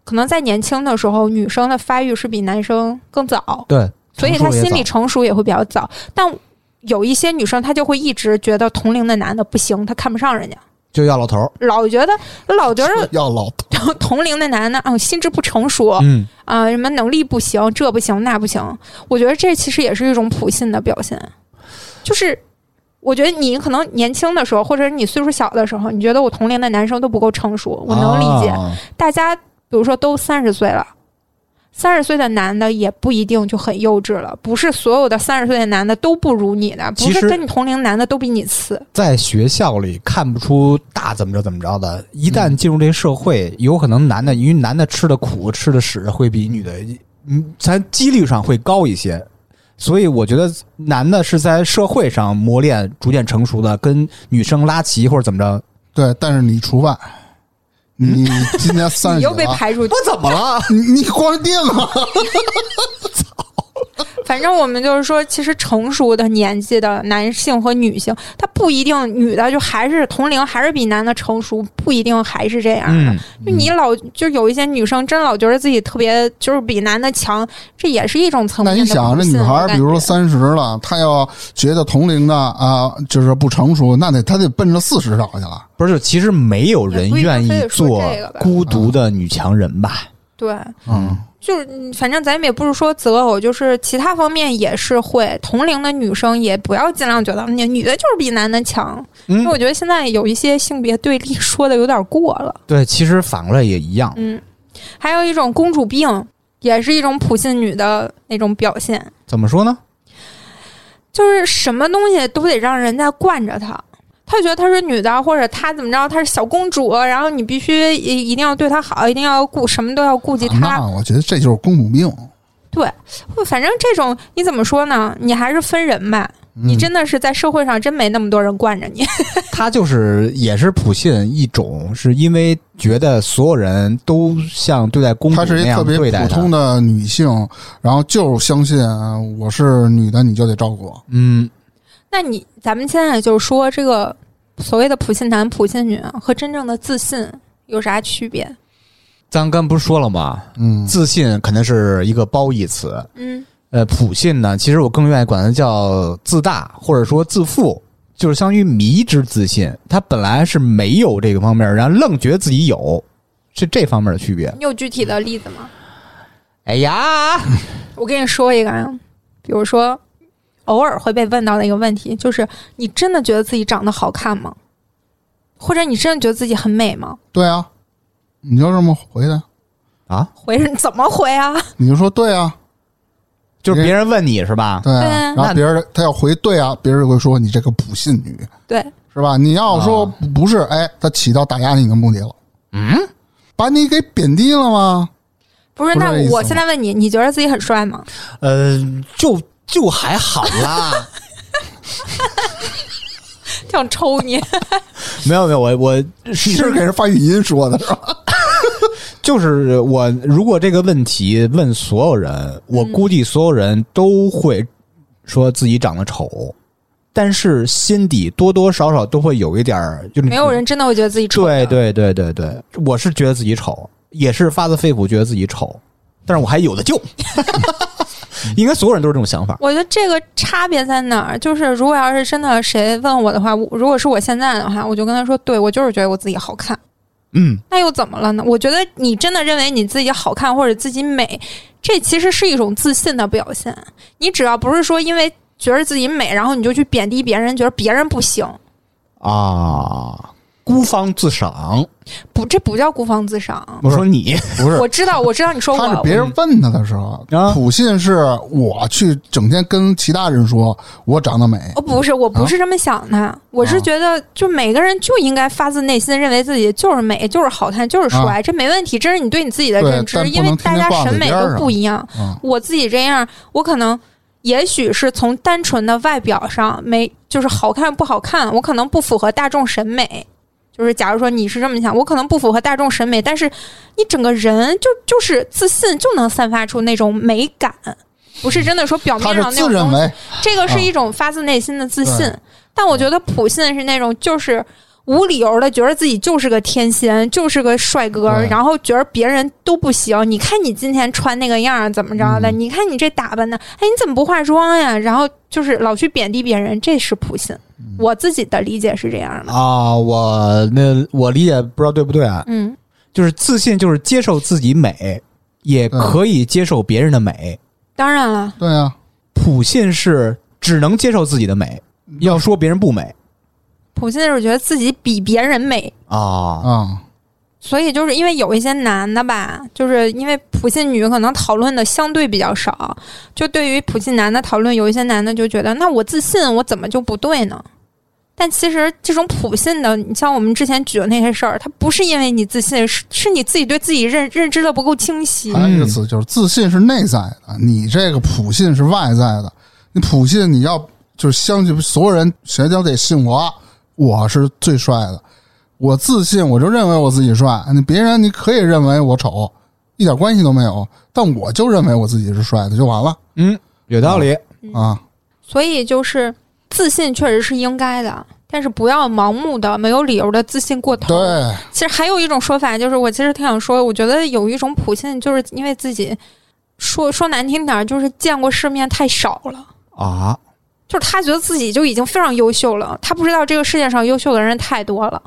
Speaker 2: 可能在年轻的时候，女生的发育是比男生更早，
Speaker 3: 对，
Speaker 2: 所以
Speaker 3: 成
Speaker 2: 她
Speaker 3: 熟也
Speaker 2: 心理
Speaker 3: 早
Speaker 2: 成熟也会比较早。但有一些女生，她就会一直觉得同龄的男的不行，她看不上人家，
Speaker 3: 就要老头儿，
Speaker 2: 老觉得老觉得
Speaker 1: 要老头
Speaker 2: 同龄的男的啊、心智不成熟啊、
Speaker 3: 嗯，
Speaker 2: 什么能力不行，这不行那不行。我觉得这其实也是一种普信的表现。就是我觉得你可能年轻的时候，或者你岁数小的时候，你觉得我同龄的男生都不够成熟，我能理解。
Speaker 3: 啊
Speaker 2: 大家比如说都三十岁了，三十岁的男的也不一定就很幼稚了，不是所有的三十岁的男的都不如你的，不
Speaker 3: 其实
Speaker 2: 是跟你同龄男的都比你次。
Speaker 3: 在学校里看不出大怎么着怎么着的，一旦进入这个社会，有可能男的因为男的吃的苦、吃的屎会比女的，嗯，咱几率上会高一些。所以我觉得男的是在社会上磨练、逐渐成熟的，跟女生拉齐或者怎么着。
Speaker 1: 对，但是你除外，你今年三十
Speaker 2: 嗯你
Speaker 1: 几
Speaker 2: 又被
Speaker 1: 了，
Speaker 2: 排除，
Speaker 3: 怎么了？
Speaker 1: 你你光腚啊！
Speaker 2: 反正我们就是说，其实成熟的年纪的男性和女性，他不一定女的就还是同龄，还是比男的成熟，不一定还是这样。
Speaker 3: 嗯，
Speaker 2: 就你老就有一些女生真老觉得自己特别就是比男的强，这也是一种层
Speaker 1: 那
Speaker 2: 面
Speaker 1: 你
Speaker 2: 的
Speaker 1: 想，这
Speaker 2: 不
Speaker 1: 女
Speaker 2: 信
Speaker 1: 孩
Speaker 2: 我
Speaker 1: 儿
Speaker 2: 感
Speaker 1: 比如说
Speaker 2: 觉
Speaker 1: 三十了，她要觉得同龄的啊，就是不成熟，那得她得奔着四十找去了。
Speaker 3: 不是，其实没有人愿意做孤独的女强人吧？
Speaker 2: 对，
Speaker 1: 嗯，
Speaker 2: 就是嗯反正咱们也不是说择偶，就是其他方面也是会。同龄的女生也不要尽量觉得那女的就是比男的强，因
Speaker 3: 嗯
Speaker 2: 为，我觉得现在有一些性别对立说的有点过了。
Speaker 3: 对，其实反过来也一样。
Speaker 2: 嗯，还有一种公主病，也是一种普信女的那种表现，
Speaker 3: 怎么说呢？
Speaker 2: 就是什么东西都得让人家惯着她。她觉得她是女的，或者她怎么着，她是小公主，然后你必须一一定要对她好，一定要顾什么都要顾及她。
Speaker 1: 那我觉得这就是公主病。
Speaker 2: 对，反正这种你怎么说呢？你还是分人吧。你
Speaker 1: 嗯
Speaker 2: 真的是在社会上真没那么多人惯着你。
Speaker 3: 他就是也是普信一种，是因为觉得所有人都像对待公主
Speaker 1: 她是
Speaker 3: 那
Speaker 1: 一
Speaker 3: 样
Speaker 1: 特别
Speaker 3: 对待
Speaker 1: 普
Speaker 3: 他
Speaker 1: 通。的女性，然后就是相信啊我是女的，你就得照顾我。
Speaker 3: 嗯，
Speaker 2: 那你咱们现在就说这个所谓的普信男、普信女啊和真正的自信有啥区别？
Speaker 3: 咱刚不是说了吗？
Speaker 1: 嗯，
Speaker 3: 自信肯定是一个褒义词，
Speaker 2: 嗯，
Speaker 3: 呃，普信呢，其实我更愿意管它叫自大，或者说自负，就是相当于迷之自信。他本来是没有这个方面，然后愣觉得自己有，是这方面的区别。
Speaker 2: 你有具体的例子吗？
Speaker 3: 哎呀，
Speaker 2: 我跟你说一个啊，比如说偶尔会被问到的一个问题，就是你真的觉得自己长得好看吗？或者你真的觉得自己很美吗？
Speaker 1: 对啊，你就这么回答，
Speaker 3: 啊，
Speaker 2: 回人怎么回 啊？
Speaker 1: 你就说对啊，
Speaker 3: 就是别人问你是吧？
Speaker 1: 对啊。
Speaker 2: 对啊
Speaker 1: 然后
Speaker 3: 那
Speaker 1: 别人他要回对啊，别人就会说你这个普信女
Speaker 2: 对，
Speaker 1: 是吧？你要说
Speaker 3: 啊
Speaker 1: 不是，哎，他起到打压你的目的了，
Speaker 3: 嗯，
Speaker 1: 把你给贬低了吗？
Speaker 2: 不是。
Speaker 1: 不是
Speaker 2: 那
Speaker 1: 这意思
Speaker 2: 我
Speaker 1: 吗
Speaker 2: 现在问你，你觉得自己很帅吗？
Speaker 3: 呃，就就还好 啦。
Speaker 2: 想抽你。
Speaker 3: 没有没有，我我
Speaker 1: 你是
Speaker 3: 是
Speaker 1: 给人发语音说的是吧？
Speaker 3: 就是我，如果这个问题问所有人，我估计所有人都会说自己长得丑，但是心底多多少少都会有一点儿，就 是
Speaker 2: 没有人真的会觉得自己丑。
Speaker 3: 对，对对对对，我是觉得自己丑，也是发自肺腑觉得自己丑，但是我还有 的救。应该所有人都是这种想法。
Speaker 2: 我觉得这个差别在哪儿？就是如果要是真的谁问我的话，我如果是我现在的话，我就跟他说，对我就是觉得我自己好看。
Speaker 3: 嗯，
Speaker 2: 那又怎么了呢？我觉得你真的认为你自己好看或者自己美，这其实是一种自信的表现。你只要不是说因为觉得自己美，然后你就去贬低别人，觉得别人不行，
Speaker 3: 啊，孤芳自赏。
Speaker 2: 不，这不叫孤芳自赏。
Speaker 3: 我说你，
Speaker 1: 不是，
Speaker 2: 我知道，我知道你说我
Speaker 1: 他是别人问他的时候，
Speaker 3: 啊
Speaker 1: 普信是我去整天跟其他人说我长得美，
Speaker 2: 哦，不是，我不是这么想的，
Speaker 1: 啊
Speaker 2: 我是觉得就每个人就应该发自内心认为自己就是美，就是好看，就是帅，这没问题，这是你对你自己的
Speaker 1: 啊对
Speaker 2: 认知
Speaker 1: 但，不
Speaker 2: 因为
Speaker 1: 能天
Speaker 2: 大
Speaker 1: 天
Speaker 2: 家
Speaker 1: 挂
Speaker 2: 审
Speaker 1: 嘴
Speaker 2: 美
Speaker 1: 边儿
Speaker 2: 都
Speaker 1: 上
Speaker 2: 不一样。
Speaker 1: 嗯
Speaker 2: 我自己这样，我可能也许是从单纯的外表上没，就是好看不好看，我可能不符合大众审美。就是假如说你是这么想，我可能不符合大众审美，但是你整个人就就是自信，就能散发出那种美感，不是真的说表
Speaker 1: 嗯他
Speaker 2: 面
Speaker 1: 是
Speaker 2: 上那
Speaker 1: 自
Speaker 2: 种
Speaker 1: 认
Speaker 2: 东西。
Speaker 1: 为
Speaker 2: 这个是一种发自内心的自信。
Speaker 1: 啊对
Speaker 2: 但我觉得普信是那种就是无理由的觉得自己就是个天仙，就是个帅哥，
Speaker 1: 对
Speaker 2: 然后觉得别人都不行。你看你今天穿那个样儿怎么着
Speaker 1: 嗯
Speaker 2: 的？你看你这打扮的，哎，你怎么不化妆呀？然后就是老去贬低别人，这是普信。
Speaker 1: 嗯
Speaker 2: 我自己的理解是这样的。
Speaker 3: 啊，我那我理解不知道对不对啊？
Speaker 2: 嗯，
Speaker 3: 就是自信，就是接受自己美，也可以接受别人的美。
Speaker 2: 当然了，
Speaker 1: 对啊，
Speaker 3: 普信是只能接受自己的美，要说别人不美
Speaker 2: 普信是觉得自己比别人美，
Speaker 3: 啊，
Speaker 1: 啊，
Speaker 2: 所以就是因为有一些男的吧，就是因为普信女可能讨论的相对比较少，就对于普信男的讨论，有一些男的就觉得，那我自信，我怎么就不对呢？但其实这种普信的，你像我们之前举的那些事儿，它不是因为你自信，是是你自己对自己认认知的不够清
Speaker 3: 嗯
Speaker 2: 晰。
Speaker 1: 还有一个词就是自信是内在的，你这个普信是外在的。你普信你要就是相信所有人，谁都得信我，我是最帅的。我自信，我就认为我自己帅。你别人你可以认为我丑，一点关系都没有，但我就认为我自己是帅的，就完了
Speaker 3: 嗯，有道理，
Speaker 1: 啊。
Speaker 2: 所以就是自信确实是应该的，但是不要盲目的、没有理由的自信过头。
Speaker 1: 对，
Speaker 2: 其实还有一种说法，就是我其实挺想说，我觉得有一种普信，就是因为自己说说难听点儿，就是见过世面太少了。
Speaker 3: 啊，
Speaker 2: 就是他觉得自己就已经非常优秀了，他不知道这个世界上优秀的人太多了。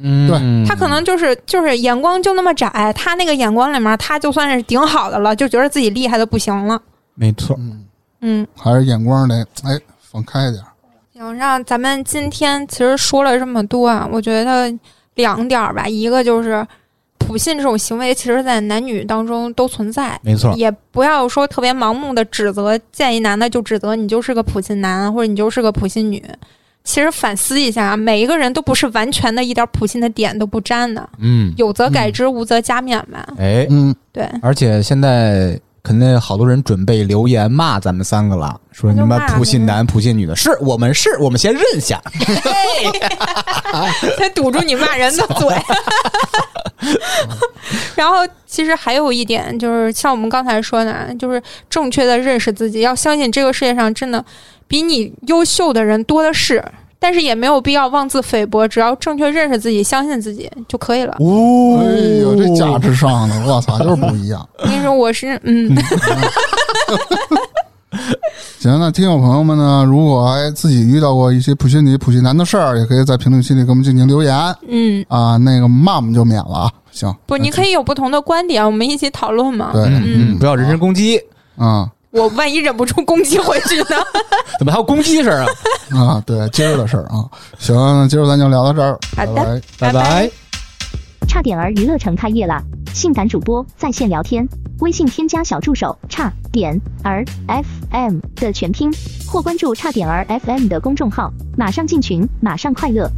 Speaker 3: 嗯，
Speaker 2: 他可能就是就是眼光就那么窄，哎他那个眼光里面，他就算是顶好的了，就觉得自己厉害的不行了。
Speaker 3: 没错，
Speaker 1: 嗯，
Speaker 2: 嗯，
Speaker 1: 还是眼光得哎放开点儿。
Speaker 2: 行，让咱们今天其实说了这么多啊，我觉得两点儿吧，一个就是普信这种行为，其实在男女当中都存在，
Speaker 3: 没错，
Speaker 2: 也不要说特别盲目的指责，见一男的就指责你就是个普信男，或者你就是个普信女。其实反思一下，啊每一个人都不是完全的一点普信的点都不沾的，
Speaker 3: 嗯，
Speaker 2: 有则改之，无则加勉吧。
Speaker 3: 哎，
Speaker 1: 嗯，
Speaker 2: 对，
Speaker 3: 而且现在肯定好多人准备留言骂咱们三个了，说你们普信男、普信女的，是我们是我们先认下，
Speaker 2: 才堵住你骂人的嘴。 然后，其实还有一点就是，像我们刚才说的，啊就是正确的认识自己，要相信这个世界上真的比你优秀的人多的是，但是也没有必要妄自菲薄，只要正确认识自己，相信自己就可以了。
Speaker 3: 哦
Speaker 1: 哎呦，这价值上的，我操，就是不一样。
Speaker 2: 我跟你说，我是嗯，
Speaker 1: 行，那听友朋友们呢，如果哎自己遇到过一些普信女、普信男的事儿，也可以在评论区里给我们进行留言
Speaker 2: 嗯，
Speaker 1: 啊。那个骂我们就免了啊。行，
Speaker 2: 不，你可以有不同的观点，我们一起讨论嘛。
Speaker 1: 对，
Speaker 3: 嗯，不要人身攻击，
Speaker 1: 啊
Speaker 2: 我万一忍不住攻击回去呢？
Speaker 3: 怎么还有攻击声 啊？
Speaker 1: 啊，对，今儿的事儿啊。行，那今儿咱就聊到这儿，拜
Speaker 2: 好的
Speaker 1: 拜。
Speaker 2: 拜
Speaker 3: 拜。
Speaker 4: 差点儿娱乐城开业了，性感主播在线聊天，微信添加小助手差点儿 FM 的全拼，或关注差点儿 FM 的公众号，马上进群，马上快乐。